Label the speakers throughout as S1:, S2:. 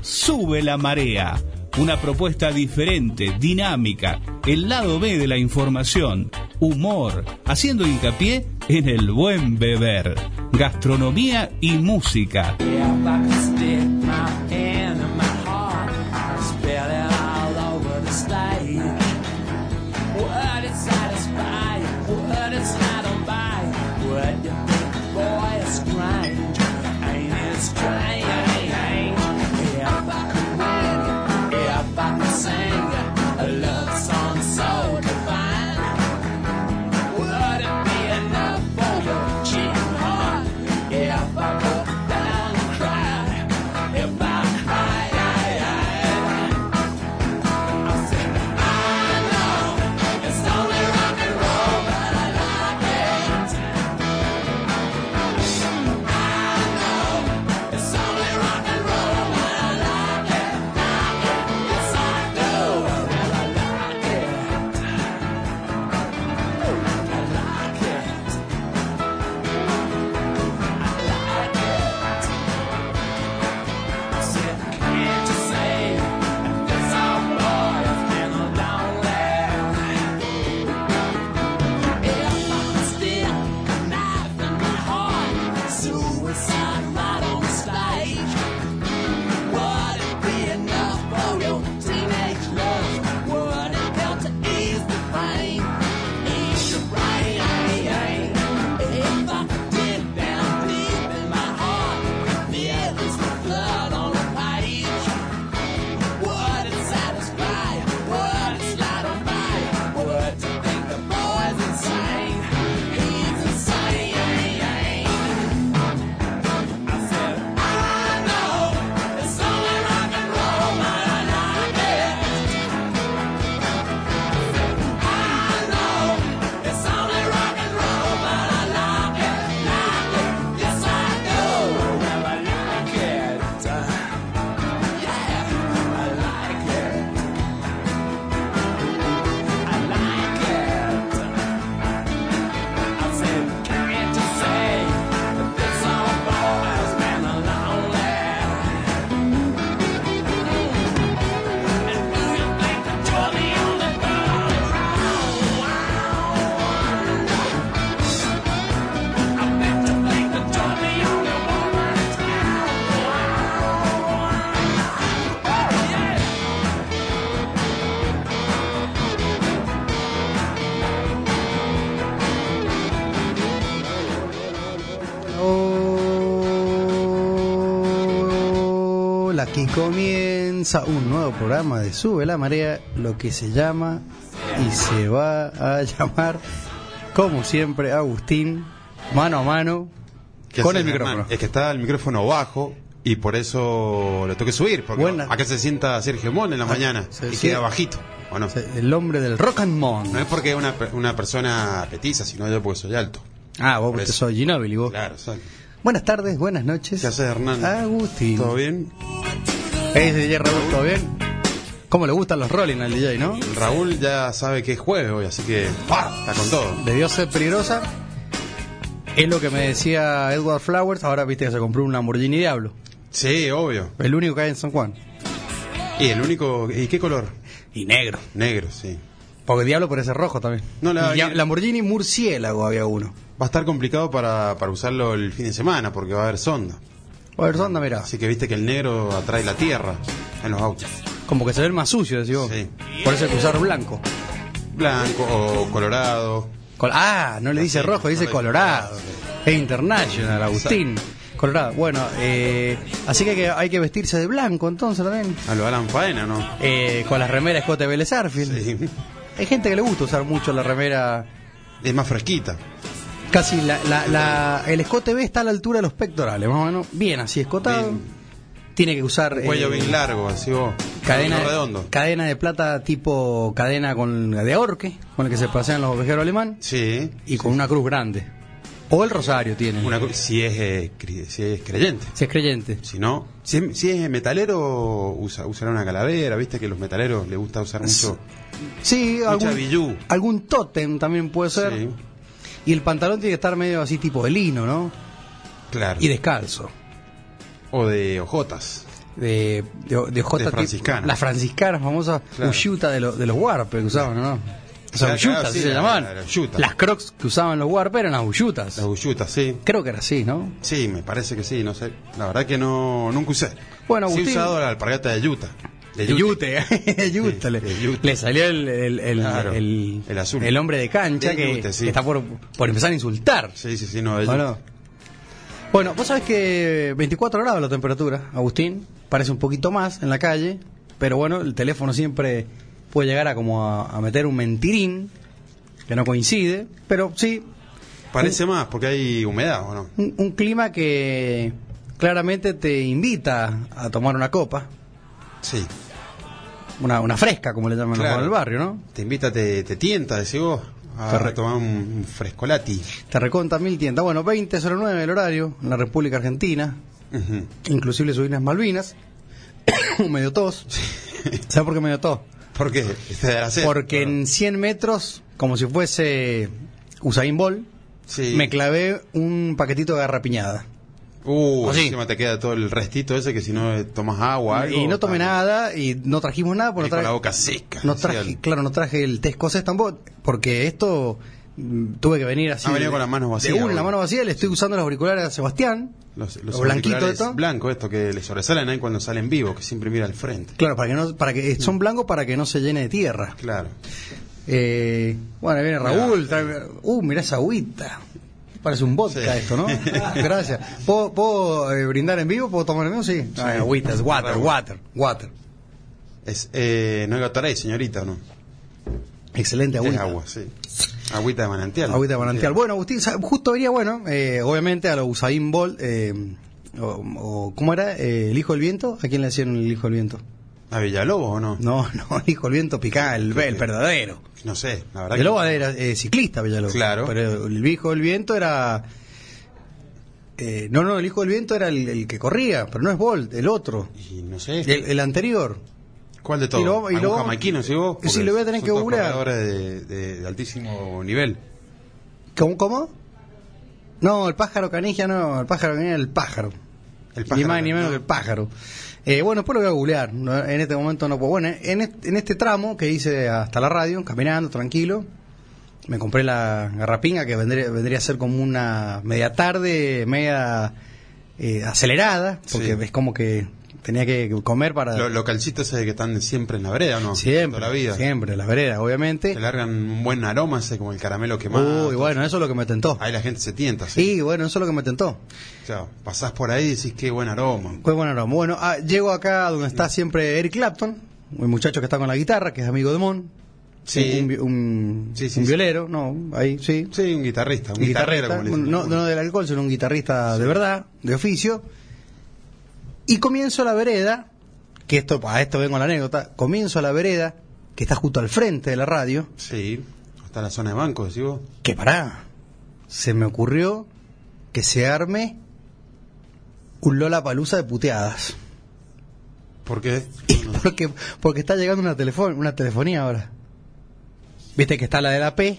S1: Sube la marea. Una propuesta diferente, dinámica, el lado B de la información, humor, haciendo hincapié en el buen beber, gastronomía y música.
S2: aquí comienza un nuevo programa de Sube la Marea, lo que se llama y se va a llamar, como siempre, Agustín, mano a mano, con el micrófono.
S3: Hermano? Es que está el micrófono bajo y por eso lo tengo que subir, porque
S2: Buena.
S3: acá se sienta Sergio Mon en la
S2: Ah,
S3: mañana
S2: se-
S3: y
S2: sí.
S3: queda bajito, ¿o no?
S2: El hombre del rock and mon.
S3: No es porque es una, per- una persona petiza, sino yo porque soy alto.
S2: Ah, vos
S3: Por
S2: porque
S3: eso.
S2: sos Ginóbili, vos.
S3: Claro, sal.
S2: Buenas tardes, buenas noches.
S3: ¿Qué haces, Hernán?
S2: Agustín.
S3: ¿Todo bien?
S2: Es DJ Raúl, ¿todo bien? ¿Cómo le gustan los rolling al DJ, no?
S3: Raúl ya sabe que es jueves hoy, así que ¡pa! está con todo.
S2: Debió ser peligrosa. Es lo que me decía Edward Flowers, ahora viste que se compró un Lamborghini Diablo.
S3: Sí, obvio.
S2: El único que hay en San Juan.
S3: Y el único... ¿Y qué color?
S2: Y negro.
S3: Negro, sí.
S2: Porque Diablo parece rojo también.
S3: No, la-
S2: Y ya- Lamborghini Murciélago había uno.
S3: Va a estar complicado para, para usarlo el fin de semana porque va a haber sonda.
S2: A ver, sonda, mira.
S3: Así que viste que el negro atrae la tierra en los autos.
S2: Como que se ve el más sucio, decís vos.
S3: Sí.
S2: Por eso hay que usar blanco.
S3: Blanco o colorado.
S2: Col- ah, no le dice
S3: Sí,
S2: rojo,
S3: no
S2: dice
S3: le-
S2: colorado. Es international, Agustín. Colorado. Bueno, eh, así que hay, que hay que vestirse de blanco entonces también.
S3: A lo Alan Faena, ¿no?
S2: Eh, con las remeras Escote Vélez Arfield.
S3: Sí.
S2: Hay gente que le gusta usar mucho la remera.
S3: Es más fresquita.
S2: Casi la, la- la- el escote B está a la altura de los pectorales, más o menos. Bien así escotado.
S3: Bien.
S2: Tiene que usar.
S3: Cuello
S2: eh,
S3: bien largo, así vos.
S2: Cadena,
S3: No redondo.
S2: cadena de plata tipo cadena con de ahorque, con la que se pasean los ovejeros alemán,
S3: Ah. Sí.
S2: y con una cruz grande. O el rosario tiene,
S3: Una, co- si, es, eh, cre- si es creyente.
S2: si es creyente.
S3: Si no, si es, si es metalero, usa, usará una calavera. Viste que los metaleros les gusta usar mucho.
S2: Sí,
S3: Mucha
S2: algún,
S3: billú.
S2: algún tótem también puede ser.
S3: Sí.
S2: Y el pantalón tiene que estar medio así tipo de lino, ¿no?
S3: Claro.
S2: Y descalzo.
S3: O de ojotas.
S4: de, de, de hojotas tip-
S3: De franciscanas.
S4: Las franciscanas famosas
S3: Claro.
S4: Ushiyuta de, los de los huarpes que usaban, ¿no? O sea,
S3: Claro,
S4: Ushiyutas,
S3: claro,
S4: así
S3: sí,
S4: se
S3: la-
S4: llamaban.
S3: la- la Ushiyuta.
S4: las crocs que usaban los huarpes eran las Ushiyutas.
S3: Las bullutas, sí.
S4: Creo que era así, ¿no?
S3: Sí, me parece que sí, no sé. La verdad que no, nunca usé.
S4: Bueno,
S3: sí he
S4: Agustín.
S3: usado la alpargata de Utah. De
S4: De
S3: yute.
S4: Yute, de Yute.
S3: Sí,
S4: le,
S3: de Yute.
S4: le salió el, el, el,
S3: Claro,
S4: el,
S3: el azul.
S4: el hombre de cancha
S3: De
S4: que,
S3: Yute, sí.
S4: que está por, por empezar a insultar.
S3: Sí, sí, sí, no, de
S4: ¿O
S3: yute.
S4: no? Bueno, vos sabés que 24 grados la temperatura, Agustín. Parece un poquito más en la calle, pero bueno, el teléfono siempre puede llegar a como a, a meter un mentirín que no coincide, pero sí,
S3: Parece más, porque hay humedad, ¿o no?
S4: un, un clima que claramente te invita a tomar una copa,
S3: Sí.
S4: una, una fresca, como le llaman
S3: Claro.
S4: los del barrio, ¿no?
S3: Te invita, te, te tienta, decís vos, a
S4: Correcto.
S3: retomar un, un frescolati.
S4: Te reconta mil tiendas. Bueno, 20.09 el horario en la República Argentina,
S3: Ujú.
S4: inclusive sus Islas Malvinas. medio tos. ¿Sabes por qué medio tos?
S3: ¿Por qué? Te dará sed.
S4: Porque
S3: Claro.
S4: en 100 metros, como si fuese Usain Bolt,
S3: Sí.
S4: me clavé un paquetito de garrapiñada.
S3: Uh,
S4: Así.
S3: encima te queda todo el restito ese que si no eh, tomas agua. algo,
S4: y no tomé
S3: tal.
S4: nada y no trajimos nada por
S3: Venís
S4: otra
S3: con la
S4: vez.
S3: boca seca.
S4: No
S3: así,
S4: traje,
S3: al-
S4: claro, no traje el té escocés tampoco, porque esto mm, tuve que venir así.
S3: Ah, venía
S4: de-
S3: con las manos vacías,
S4: de una,
S3: bueno.
S4: la mano vacía, le estoy usando los auriculares a Sebastián.
S3: Los, los
S4: los blanquitos
S3: auriculares
S4: esto.
S3: blancos, esto que le sobresalen ahí cuando salen vivos, que siempre mira al frente.
S4: Claro, para que no, para que eh,
S3: Mm.
S4: son blancos para que no se llene de tierra.
S3: Claro.
S4: Eh, bueno, ahí viene Raúl. trae- uh, mirá esa agüita. Parece un vodka
S3: Sí.
S4: esto, ¿no? Gracias. ¿Puedo, puedo, eh, brindar en vivo? ¿Puedo tomar en vivo? Sí. Ay, agüita, es water,
S3: Raúl.
S4: water, water.
S3: Es, eh, no es Gatorade, señorita, ¿o ¿no?
S4: Excelente
S3: Es
S4: agüita.
S3: agua, sí. Agüita de manantial.
S4: Agüita de manantial. Bueno, Agustín, sa- justo venía, bueno, eh, obviamente a los Usain Bolt, eh, o, o- ¿cómo era? Eh, ¿El Hijo del Viento? ¿A quién le hacían el Hijo del Viento?
S3: ¿A Villalobos o no? No,
S4: No, no, el Hijo del Viento picaba, el, el verdadero.
S3: sé, la verdad. que-
S4: Villalobos era eh, ciclista, Villalobos.
S3: Claro.
S4: Pero el hijo del viento era. eh, no, no, el hijo del viento era el, el que corría, pero no es Bolt, el otro.
S3: Y no sé.
S4: El, el anterior.
S3: ¿Cuál de todos?
S4: y lo- y
S3: ¿Algún
S4: lo-
S3: jamaiquino, si vos?
S4: Sí,
S3: Porque
S4: lo voy a tener
S3: son
S4: que
S3: todos
S4: googlear.
S3: corredores De, de- de altísimo nivel.
S4: ¿Cómo? cómo? No, el pájaro canija no, el pájaro canija era el pájaro.
S3: El
S4: ni
S3: pájaro
S4: más ni menos
S3: canija.
S4: que el pájaro. Eh, bueno, después lo voy a googlear. no, en este momento no puedo. Bueno, en este, en este tramo que hice hasta la radio, caminando tranquilo, me compré la garrapiña que vendría, vendría a ser como una media tarde, media eh, acelerada, porque
S3: Sí.
S4: es como que tenía que comer para.
S3: Los lo calcitos esos que están siempre en la vereda, ¿o ¿no?
S4: siempre,
S3: Toda la vida.
S4: siempre, las veredas, obviamente.
S3: Te largan un buen aroma ese como el caramelo quemado.
S4: Uy, bueno, eso es lo que me tentó.
S3: Ahí la gente se tienta, sí.
S4: Sí, bueno, eso es lo que me tentó.
S3: O sea, pasás por ahí y decís qué buen aroma.
S4: Qué buen aroma. Bueno, ah, llego acá donde está siempre Eric Clapton, un muchacho que está con la guitarra, que es amigo de Mon.
S3: Sí.
S4: Un, vi- un-
S3: Sí, sí,
S4: un
S3: sí.
S4: violero, no, ahí sí.
S3: Sí, un guitarrista, un guitarrero, como le
S4: un-
S3: dicen.
S4: no, no del alcohol, sino un guitarrista de verdad, de oficio. Y comienzo la vereda, que esto, a esto vengo a la anécdota, comienzo la vereda, que está justo al frente de la radio,
S3: Sí, hasta la zona de banco, decís vos.
S4: que pará, se me ocurrió que se arme un Lola Palusa de puteadas.
S3: ¿Por qué?
S4: Porque, porque está llegando una, telefon- una telefonía ahora. Viste que está la de la P,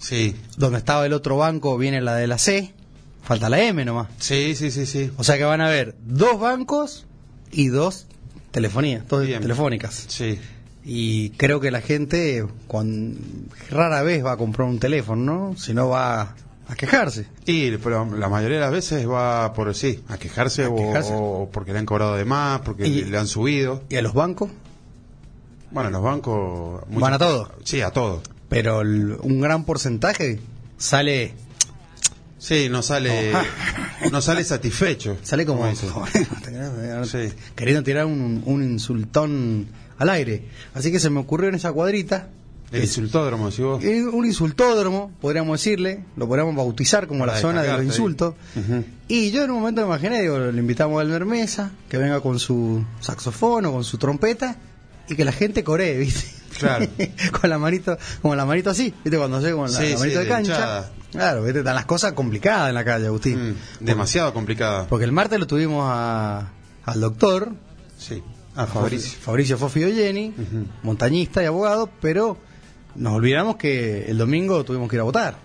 S3: Sí,
S4: donde estaba el otro banco viene la de la C, falta la M nomás.
S3: sí, sí, sí, sí.
S4: O sea que van a haber dos bancos y dos telefonías, dos
S3: Bien.
S4: telefónicas.
S3: Sí.
S4: Y creo que la gente cuan- rara vez va a comprar un teléfono, ¿no? Si no va a quejarse.
S3: Y pero la mayoría de las veces va por sí, a quejarse,
S4: A
S3: o-
S4: quejarse.
S3: O, porque le han cobrado de más, porque
S4: Y-
S3: le han subido.
S4: Y a los bancos,
S3: Bueno, los bancos... muchas-
S4: Van a todo.
S3: Sí, a todo.
S4: pero el- un gran porcentaje sale
S3: Sí, no sale, no sale satisfecho.
S4: Sale como
S3: dicen. Sí.
S4: queriendo tirar un, un insultón al aire. Así que se me ocurrió en esa cuadrita
S3: El insultódromo, decís vos.
S4: eh, un insultódromo, podríamos decirle, lo podríamos bautizar como la
S3: Para
S4: zona de los
S3: descargarte ahí.
S4: insultos.
S3: Ujú.
S4: Y yo en un momento me imaginé, digo, le invitamos a Elmer Mesa, que venga con su saxofón o con su trompeta y que la gente coree, ¿viste?
S3: Claro.
S4: con la manito, como la manito así, ¿viste? Cuando llega con la,
S3: Sí,
S4: la
S3: sí,
S4: manito de
S3: de
S4: cancha.
S3: hinchada.
S4: Claro, ¿viste? Están las cosas complicadas en la calle, Agustín.
S3: Mm, demasiado complicada.
S4: Porque el martes lo tuvimos a- al doctor
S3: Sí. Ah, Fabricio.
S4: Fabricio Fofio Jenny,
S3: Ujú.
S4: montañista y abogado, pero nos olvidamos que el domingo tuvimos que ir a votar.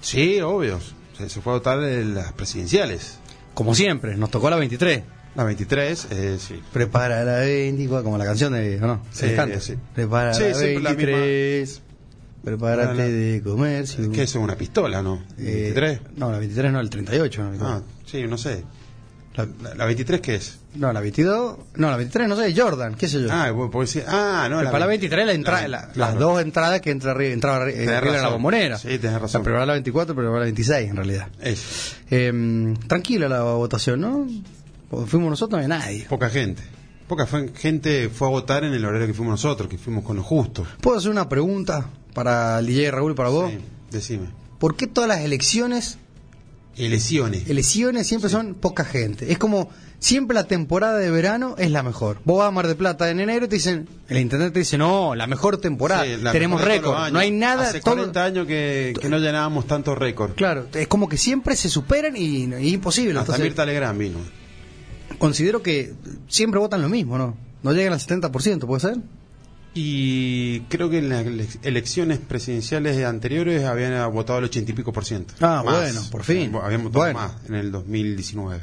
S3: Sí, obvio. Se, se fue a votar en las presidenciales.
S4: Como siempre, nos tocó la 23.
S3: La 23, eh, sí.
S4: Prepara la 24, como la canción de. ¿o no? Se
S3: Sí,
S4: canta.
S3: sí.
S4: Prepara
S3: Sí,
S4: la
S3: siempre la
S4: 23. Prepárate
S3: No, no.
S4: de comer. si-
S3: Es que eso es una pistola, ¿no?
S4: eh,
S3: 23.
S4: No, la 23 no, el 38. No,
S3: Ah, sí, no sé.
S4: la,
S3: ¿La, la 23 qué es?
S4: no, la 22. No, la 23, no sé, Jordan, qué sé yo.
S3: Ah, bueno, porque sí. Ah, no,
S4: Pero para la 23 la entra-
S3: la-
S4: la-
S3: claro.
S4: las dos entradas que entra arriba, entraba arri-
S3: Tenés
S4: eh, arriba de la
S3: razón.
S4: bombonera.
S3: Sí, tenés razón.
S4: La primera la 24, pero la 26 en realidad.
S3: Es,
S4: Eh, tranquila la votación, ¿no? Porque fuimos nosotros, no había nadie.
S3: poca gente. Poca fe- gente fue a votar en el horario que fuimos nosotros, que fuimos con lo justo.
S4: ¿Puedo hacer una pregunta para el DJ Raúl, para vos?
S3: Sí, decime.
S4: ¿Por qué todas las elecciones,
S3: Elecciones.
S4: elecciones siempre son poca gente? Es como siempre la temporada de verano es la mejor. Vos vas a Mar de Plata en enero y te dicen, el intendente te dice, no, la mejor temporada,
S3: Sí, la
S4: tenemos
S3: mejor de todos los
S4: récord,
S3: años.
S4: no hay nada.
S3: Hace
S4: todo-
S3: 40 años que, que no llenábamos tanto récord.
S4: Claro, es como que siempre se superan y, y imposible.
S3: Hasta
S4: Entonces,
S3: Mirta Legrand vino.
S4: considero que siempre votan lo mismo, ¿no? No llegan al 70%, ¿puede ser?
S3: Y creo que en las ele- elecciones presidenciales anteriores habían votado el ochenta y pico por ciento.
S4: Ah, bueno, por fin.
S3: Habían votado
S4: Bueno.
S3: más en el 2019.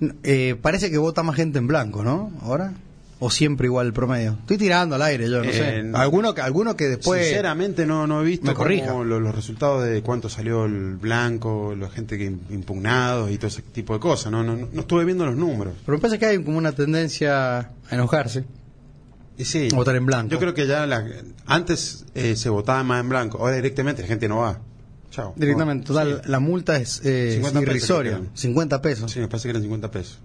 S4: N- eh, parece que vota más gente en blanco, ¿no? Ahora. O siempre igual el promedio. Estoy tirando al aire, yo no sé.
S3: Eh, no.
S4: Alguno, que- alguno que después.
S3: Sinceramente no, no he visto
S4: Me
S3: cómo
S4: corrija.
S3: lo- los resultados de cuánto salió el blanco, la gente que impugnados y todo ese tipo de cosas. No, no, no no estuve viendo los números.
S4: Pero me parece que hay como una tendencia a enojarse.
S3: Y sí,
S4: Votar en blanco.
S3: Yo creo que ya la- antes eh, se votaba más en blanco, ahora directamente la gente no va. Chao.
S4: Directamente,
S3: No.
S4: total, la multa es eh,
S3: 50 pesos
S4: irrisoria.
S3: creo que eran.
S4: 50 pesos.
S3: Sí, me parece que eran 50 pesos.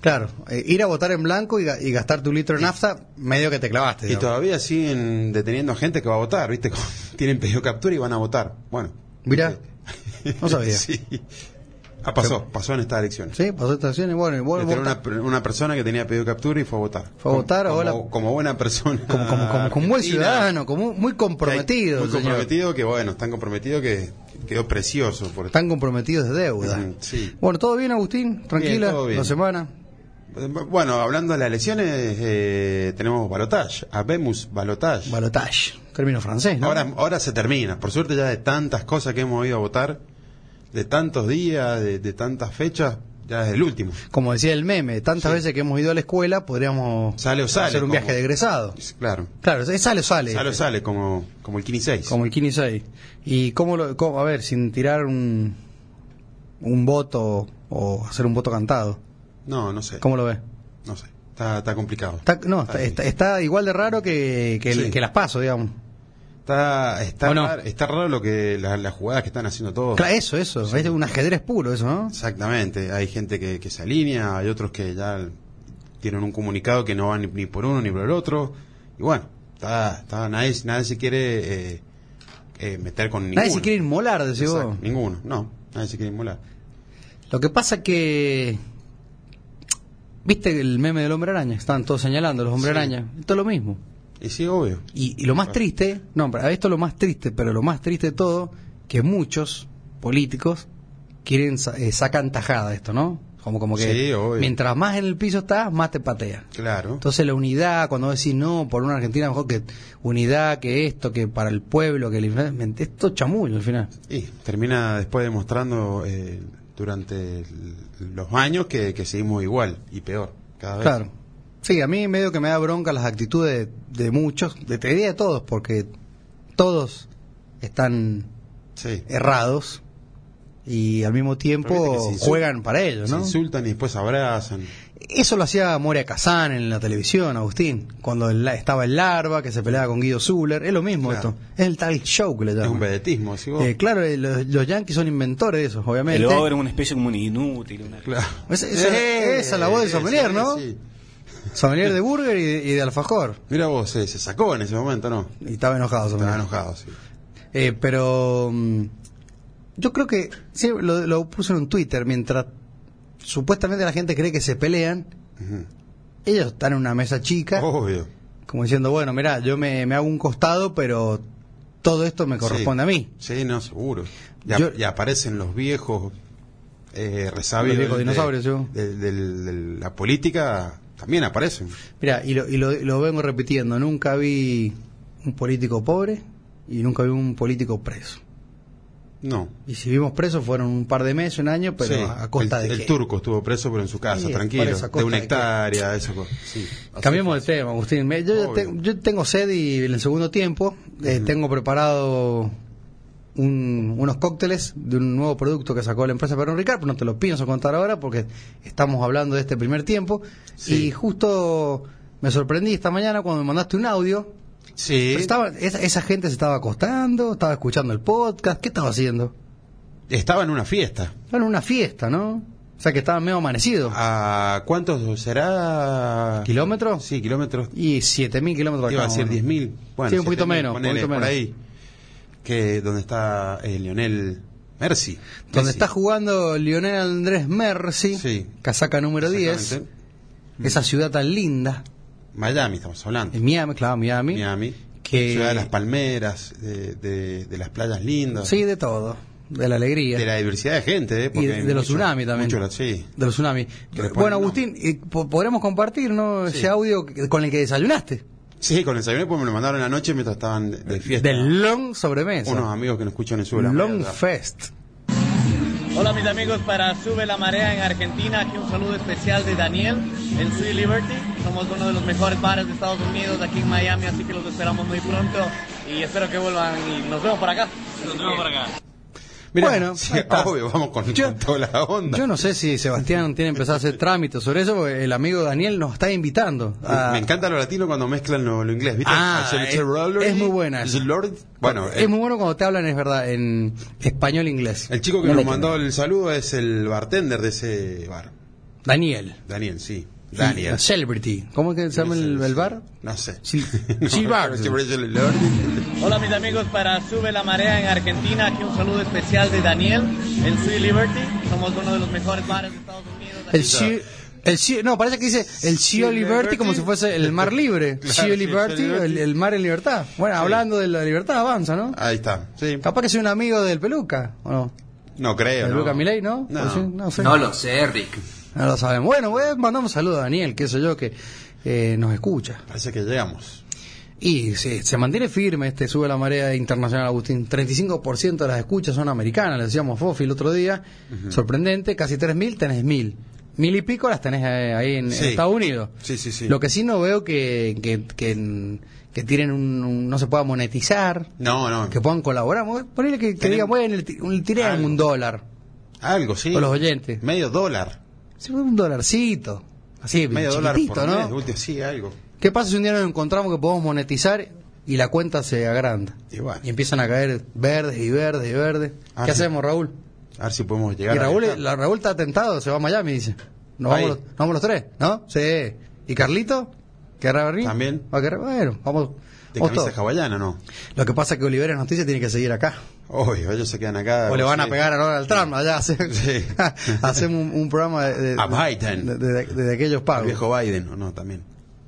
S4: Claro, eh, ir a votar en blanco y, ga- y gastar tu litro de nafta, medio que te clavaste.
S3: Y
S4: digamos.
S3: todavía siguen deteniendo a gente que va a votar, ¿viste? Como Tienen pedido captura y van a votar. Bueno.
S4: Mirá, no sabía.
S3: Sí. Ah, pasó, pasó en estas elecciones.
S4: Sí, pasó estaciones, bueno, y vos
S3: Que tenía
S4: votás.
S3: una, per- una persona que tenía pedido captura y fue a votar.
S4: Fue a votar,
S3: como,
S4: ahora-
S3: como, como buena persona.
S4: como, como, como, como buen
S3: argentina.
S4: ciudadano, como muy comprometido.
S3: Muy
S4: señor.
S3: comprometido, que bueno, tan comprometido que quedó precioso. Por
S4: Están comprometidos de deuda.
S3: Ujú, sí.
S4: Bueno, ¿todo bien, Agustín? Tranquila,
S3: todo bien.
S4: la semana.
S3: Bueno, hablando de las elecciones, eh, tenemos balotage, habemos balotage.
S4: Balotage, término francés, ¿no?
S3: Ahora, ahora se termina. Por suerte ya de tantas cosas que hemos ido a votar, de tantos días, de, de tantas fechas, ya es el último.
S4: Como decía el meme, tantas veces que hemos ido a la escuela, podríamos
S3: Sale o sale,
S4: hacer un
S3: como-
S4: viaje de egresado.
S3: Es- Claro.
S4: Claro, es sale o sale.
S3: Sale o sale, como, como el 15
S4: Como el 15 ¿Y cómo lo.? cómo- a ver, sin tirar un, un voto o hacer un voto cantado.
S3: No, no sé.
S4: ¿Cómo lo ves?
S3: No sé. Está, está complicado.
S4: Está, no, está, está- está igual de raro que, que, el-
S3: Sí.
S4: que las paso, digamos.
S3: Está, está,
S4: ¿O no?
S3: raro, está raro lo que la- las jugadas que están haciendo todos.
S4: Claro, eso, eso. Es un ajedrez puro, eso, ¿no?
S3: Exactamente. Hay gente que, que se alinea, hay otros que ya tienen un comunicado que no van ni, ni por uno ni por el otro. Y bueno, está, está, nadie, nadie se quiere eh, eh, meter con ninguno.
S4: Nadie se quiere inmolar, decís
S3: Exacto,
S4: vos.
S3: Ninguno, no. Nadie se quiere inmolar.
S4: Lo que pasa que. ¿Viste el meme del hombre araña? Están todos señalando los hombre
S3: Sí. Ah.
S4: araña. Esto es lo mismo.
S3: Y sí, obvio.
S4: Y, y lo más triste, no, pero esto es lo más triste, pero lo más triste de todo, que muchos políticos quieren sa- eh, sacan tajada de esto, ¿no? Como, como que
S3: Sí, obvio.
S4: mientras más en el piso estás, más te patea.
S3: Claro.
S4: Entonces la unidad, cuando vos decís no, por una Argentina mejor que unidad, que esto, que para el pueblo, que el infla- ment- esto es chamullo al final.
S3: Y termina después demostrando eh, durante el- los años que, que seguimos igual y peor. Cada vez.
S4: Claro. Sí, a mí medio que me da bronca las actitudes de, de muchos, de te diría de todos, porque todos están
S3: Sí.
S4: errados y al mismo
S3: Pero
S4: tiempo
S3: viste que se insul-
S4: juegan para ellos,
S3: Se
S4: ¿no?
S3: insultan y después se abrazan.
S4: Eso lo hacía Moria Kazan en la televisión, Agustín, cuando el la- estaba el Larva, que se peleaba con Guido Zuller, es lo mismo
S3: Claro.
S4: esto, es el tal show que le
S3: Es un
S4: llaman.
S3: vedetismo, ¿sí vos?
S4: Eh, claro, eh, los, los yankees son inventores de eso, obviamente.
S5: El ogro es una especie como un inútil. una-
S3: Claro.
S4: Esa- esa- esa es la voz de Sommelier, ¿no? Sommelier de burger y de, y de alfajor.
S3: Mira vos, eh, se sacó en ese momento, ¿no?
S4: Y estaba enojado, Sommelier.
S3: Estaba enojado, sí.
S4: Eh, pero mm, yo creo que sí, lo, lo puse en un Twitter mientras supuestamente la gente cree que se pelean.
S3: Ujú.
S4: Ellos están en una mesa chica,
S3: Obvio.
S4: como diciendo, bueno, mira, yo me, me hago un costado, pero todo esto me corresponde
S3: Sí.
S4: a mí.
S3: Sí, no, seguro. Y,
S4: Yo-
S3: ap- y aparecen los viejos eh, resabios
S4: Los viejos
S3: del-
S4: dinosaurios,
S3: de,
S4: yo.
S3: del- del- del- la política, también aparecen.
S4: Mira, y, lo, y lo- lo vengo repitiendo, nunca vi un político pobre y nunca vi un político preso.
S3: No.
S4: Y si vimos presos fueron un par de meses, un año, pero
S3: Sí,
S4: a a costa
S3: el,
S4: de
S3: el
S4: qué.
S3: turco estuvo preso, pero en su casa,
S4: Sí,
S3: tranquilo.
S4: por eso, a
S3: de
S4: costa
S3: una
S4: de qué.
S3: hectárea, esa cosa. Sí.
S4: Cambiemos de tema, Agustín. Me- Yo, ya
S3: Obvio.
S4: te- yo tengo sed y en el segundo tiempo eh, tengo preparado un- unos cócteles de un nuevo producto que sacó la empresa Perón Ricardo, pero no te lo pienso contar ahora porque estamos hablando de este primer tiempo.
S3: Sí.
S4: Y justo me sorprendí esta mañana cuando me mandaste un audio.
S3: Sí.
S4: Pero estaba- esa, esa gente se estaba acostando, estaba escuchando el podcast, ¿qué estaba haciendo?
S3: Estaba en una fiesta.
S4: Estaba en una fiesta, ¿no? O sea que estaban medio amanecidos.
S3: Ah, ¿A cuántos será?
S4: ¿Kilómetros?
S3: Sí, kilómetros.
S4: Y 7.000 kilómetros
S3: Iba a
S4: cada
S3: ser
S4: uno.
S3: 10.000. Bueno,
S4: Sí, un poquito
S3: 7.000,
S4: menos, un
S3: ponele,
S4: poquito
S3: por
S4: menos.
S3: ahí. Que donde está eh, Lionel Mercy.
S4: Donde
S3: Messi.
S4: está jugando Lionel Andrés Mercy,
S3: Sí.
S4: casaca número 10,
S3: Exactamente.
S4: esa ciudad tan linda,
S3: Miami estamos hablando.
S4: en Miami, claro, Miami.
S3: Miami.
S4: Que-
S3: Ciudad de las palmeras, de, de- de las playas lindas.
S4: Sí, de todo, de la alegría,
S3: De la diversidad de gente, eh,
S4: y
S3: porque
S4: de,
S3: hay
S4: de los
S3: mucho-
S4: tsunamis también.
S3: mucho la- sí.
S4: De los tsunamis.
S3: Que le ponen
S4: Bueno,
S3: nombre.
S4: Agustín, eh, po- podremos compartir ¿no?
S3: Sí.
S4: ese audio que- con el que desayunaste,
S3: Sí, con el desayuno, pues me lo mandaron en la noche mientras estaban de, de fiesta.
S4: del Long Sobremesa,
S3: Unos amigos que nos escuchan en su
S4: Long Fest.
S6: Hola mis amigos para Sube la Marea en Argentina, aquí un saludo especial de Daniel en Sweet Liberty. Somos uno de los mejores bares de Estados Unidos aquí en Miami, así que los esperamos muy pronto y espero que vuelvan y nos vemos por acá.
S4: Bueno,
S3: bueno,
S4: ahí está.
S3: obvio, vamos con,
S4: Yo-
S3: con toda la onda.
S4: Yo no sé si Sebastián tiene que empezar a hacer trámites sobre eso, porque el amigo Daniel nos está invitando. a-
S3: Me encanta lo latino cuando mezclan lo, lo inglés, ¿viste?
S4: Ah,
S3: Ayer
S4: es-
S3: hice roller
S4: es
S3: y-
S4: muy buena
S3: y
S4: esa.
S3: Lord- bueno,
S4: es
S3: el,
S4: muy bueno cuando te hablan, es verdad, en español e inglés.
S3: el chico que nos mandó el saludo es el bartender de ese bar.
S4: Daniel.
S3: Daniel, sí. Daniel.
S4: Sí, Celebrity. ¿Cómo es que se llama el, el bar?
S3: No sé.
S4: Sí.
S3: No,
S4: Sí, bar.
S3: sí, por eso el Lord.
S6: Hola mis amigos para Sube la Marea en Argentina, aquí un saludo especial de Daniel en Sweet Liberty. Somos uno de los mejores bares de Estados Unidos.
S4: El Sea- el Sea- no, parece que dice el Sea Liberty como si fuese el mar libre.
S3: Claro,
S4: sea
S3: sí,
S4: Liberty,
S3: Sea Liberty.
S4: el, el mar en libertad. Bueno, hablando de la libertad, avanza, ¿no?
S3: Ahí está. Sí.
S4: Capaz que soy un amigo del Peluca, ¿o no?
S3: No creo.
S4: ¿Del
S3: ¿no?
S4: Peluca Milei, no?
S3: No.
S4: Sí, no sé.
S7: No lo sé, Rick.
S4: No lo sabemos. Bueno, pues, mandamos saludos a Daniel, que sé yo, que eh, nos escucha.
S3: Parece que llegamos.
S4: Y se, se mantiene firme este Sube la Marea Internacional, Agustín. 35% de las escuchas son americanas, le decíamos a Fofi el otro día. Sorprendente, casi 3.000 tenés 1.000. Mil y pico las tenés eh, ahí en, en
S3: Sí.
S4: Estados Unidos.
S3: Sí, sí, sí.
S4: Lo que sí no veo que, que, que, que tienen un, un- no se pueda monetizar,
S3: No, no.
S4: que puedan colaborar. Ponele que, que
S3: Tenemos-
S4: digan, bueno, le- le tiré
S3: Algo.
S4: un dólar.
S3: Algo, sí.
S4: Con los oyentes.
S3: Medio dólar.
S4: Sí, un dolarcito. Así,
S3: Medio dólar
S4: chiquitito,
S3: por
S4: ¿no?
S3: mes, de última, sí, algo.
S4: ¿Qué pasa si un día nos encontramos que podemos monetizar y la cuenta se agranda?
S3: Y bueno.
S4: Y empiezan a caer verdes y verdes y verdes.
S3: Ah,
S4: ¿Qué
S3: sí.
S4: hacemos, Raúl?
S3: A ver si podemos
S4: Y
S3: llegar a
S4: Raúl,
S3: viajar.
S4: la, Raúl está atentado, se va a Miami, dice. Nos
S3: Ahí.
S4: vamos, los, nos vamos los tres, ¿no? Sí. ¿Y Carlito? ¿Querrá venir?
S3: También.
S4: ¿Va a querer? Bueno, vamos.
S3: De
S4: vamos
S3: camisa
S4: todos.
S3: hawaiana, ¿no?
S4: Lo que pasa es que Oliveres Noticias tiene que seguir acá.
S3: Obvio, ellos se quedan acá.
S4: O le van a
S3: sí.
S4: pegar a Donald Trump allá. hace-
S3: Sí.
S4: Hacemos un, un programa de, de-
S3: A Biden.
S4: de- de- de- de aquellos
S3: Al
S4: pagos.
S3: viejo Biden, ¿o no? También.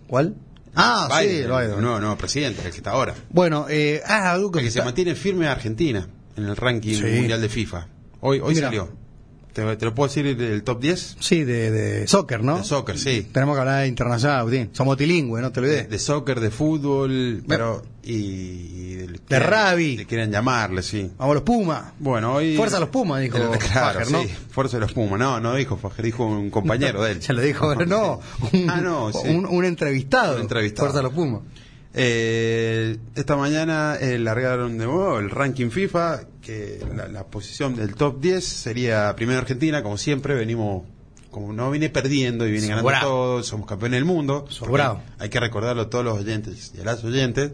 S4: ¿Cuál? Ah, sí,
S3: Biden,
S4: el Biden.
S3: No, no, presidente, el que está ahora.
S4: Bueno, eh, ah, algo
S3: El que se
S4: está-
S3: mantiene firme a Argentina en el ranking
S4: Sí.
S3: mundial de FIFA. Hoy, hoy
S4: Mira.
S3: salió. ¿Te, te lo puedo decir del top 10?
S4: Sí, de, de soccer, ¿no?
S3: De soccer, sí.
S4: Tenemos que hablar de internacional, Agustín. Somos tilingües, no te
S3: De,
S4: olvides.
S3: de soccer, de fútbol, pero. Y. y del- quieran-
S4: rugby.
S3: Le quieran llamarle, sí.
S4: Vamos los Pumas.
S3: Bueno, hoy.
S4: Fuerza a los Pumas, dijo
S3: El- claro,
S4: Fager, ¿no?
S3: sí, Fuerza a los Pumas. No, no dijo Fager, dijo un compañero de él.
S4: Se lo dijo, pero no. Un,
S3: ah, no, sí.
S4: un, un entrevistado.
S3: Un entrevistado.
S4: Fuerza a los Pumas.
S3: Eh, esta mañana eh, largaron de nuevo el ranking FIFA, que la, la posición del top 10 sería primero Argentina, como siempre, venimos, como no viene perdiendo y viene ganando
S4: Sobrado.
S3: todo, somos campeones del mundo.
S4: Sobrado.
S3: Porque Hay que recordarlo a todos los oyentes y a las oyentes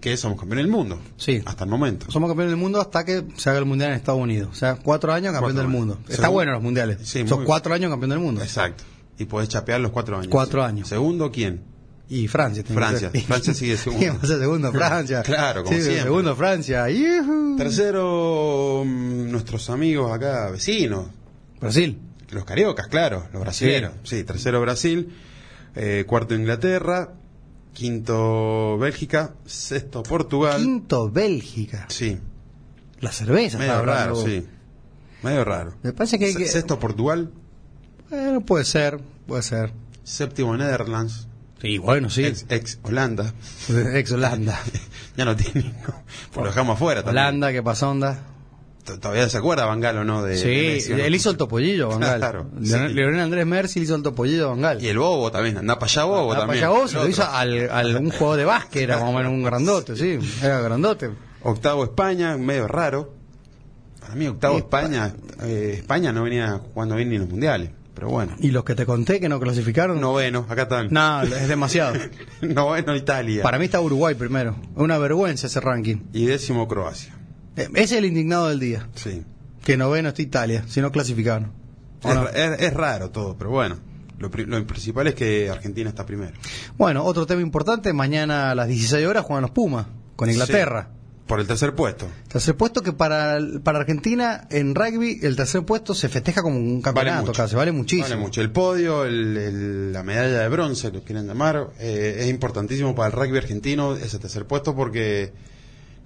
S3: que somos campeones del mundo.
S4: Sí.
S3: Hasta el momento.
S4: Somos campeones del mundo hasta que se haga el mundial en Estados Unidos. O sea, cuatro años campeón
S3: Cuatro
S4: del
S3: años.
S4: mundo. Está
S3: Según-
S4: bueno los mundiales.
S3: Sí,
S4: Son
S3: muy-
S4: cuatro años campeón del mundo.
S3: Exacto. Y podés chapear los cuatro años.
S4: Cuatro años.
S3: Segundo, ¿quién?
S4: Y Francia. tiene
S3: Francia.
S4: que ser.
S3: Francia sigue segundo.
S4: Tiene que ser segundo, Francia.
S3: Claro, como
S4: Sí,
S3: siempre.
S4: Segundo, Francia. Yujú.
S3: Tercero, mm, nuestros amigos acá, vecinos,
S4: Brasil.
S3: Los cariocas, claro, los brasileños. Sí, tercero Brasil, eh, cuarto Inglaterra, quinto Bélgica, sexto Portugal.
S4: Quinto, Bélgica.
S3: Sí,
S4: La cerveza.
S3: medio
S4: estaba hablando
S3: raro,
S4: vos.
S3: sí. Medio raro.
S4: Me parece que hay
S3: Se-
S4: que-
S3: Sexto Portugal,
S4: Bueno, puede ser, puede ser.
S3: séptimo Netherlands,
S4: Sí, bueno, sí.
S3: ex, ex Holanda.
S4: Ex Holanda.
S3: ya no tiene, ¿no? Pues lo dejamos afuera también.
S4: Holanda, que pasa onda.
S3: to- todavía se acuerda Bangalo, ¿no? De, de
S4: Sí,
S3: Eh, Messi, ¿no?
S4: él hizo el topollillo, Bangal.
S3: Claro,
S4: Leon-
S3: sí.
S4: Leonel Andrés Mersi hizo el topollillo, Bangal.
S3: Y el Bobo también, anda para allá Bobo
S4: Ah,
S3: también.
S4: Payabó se
S3: El
S4: lo
S3: otro.
S4: hizo al, al- un juego de básquet, era más o menos un grandote, sí, era grandote.
S3: Octavo España, medio raro. Para mí octavo
S4: Sí,
S3: España, eh, España no venía jugando bien ni en los mundiales, pero bueno.
S4: Y los que te conté que no clasificaron, no,
S3: Noveno, acá están.
S4: es demasiado.
S3: Noveno Italia.
S4: Para mí está Uruguay primero, una vergüenza ese ranking.
S3: Y décimo Croacia.
S4: Eh, Ese es el indignado del día,
S3: Sí.
S4: que noveno está Italia, si no clasificaron. ¿O
S3: Es,
S4: no?
S3: es- es raro todo, pero bueno. Lo, pri- lo principal es que Argentina está primero.
S4: Bueno, otro tema importante, mañana a las 16 horas juegan los Pumas con Inglaterra.
S3: Sí. Por el tercer puesto.
S4: Tercer puesto que para, el- para Argentina en rugby el tercer puesto se festeja como un campeonato
S3: mucho.
S4: casi, vale muchísimo.
S3: Vale mucho. El podio, el- el- la medalla de bronce, lo quieren llamar, eh, es importantísimo para el rugby argentino ese tercer puesto porque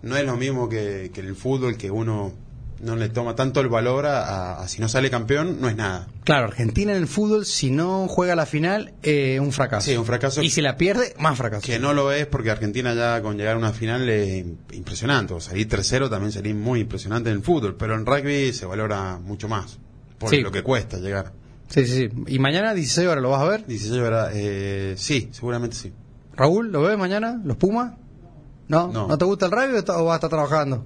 S3: no es lo mismo que, que el fútbol, que uno no le toma tanto el valor a, a- a si no sale campeón, no es nada.
S4: Claro, Argentina en el fútbol, si no juega la final, eh, un fracaso.
S3: Sí, un fracaso
S4: Y si la pierde, más fracaso.
S3: que no lo es porque Argentina ya con llegar a una final es impresionante. O salir tercero también sería muy impresionante en el fútbol, pero en rugby se valora mucho más por
S4: Sí.
S3: lo que cuesta llegar.
S4: Sí, sí, sí. Y mañana, 16 horas, ¿lo vas a ver?
S3: 16 horas, eh, sí, seguramente sí.
S4: Raúl, ¿lo ves mañana? ¿Los Pumas? ¿No? ¿No,
S3: No.
S4: te gusta el radio o está- o vas a estar trabajando?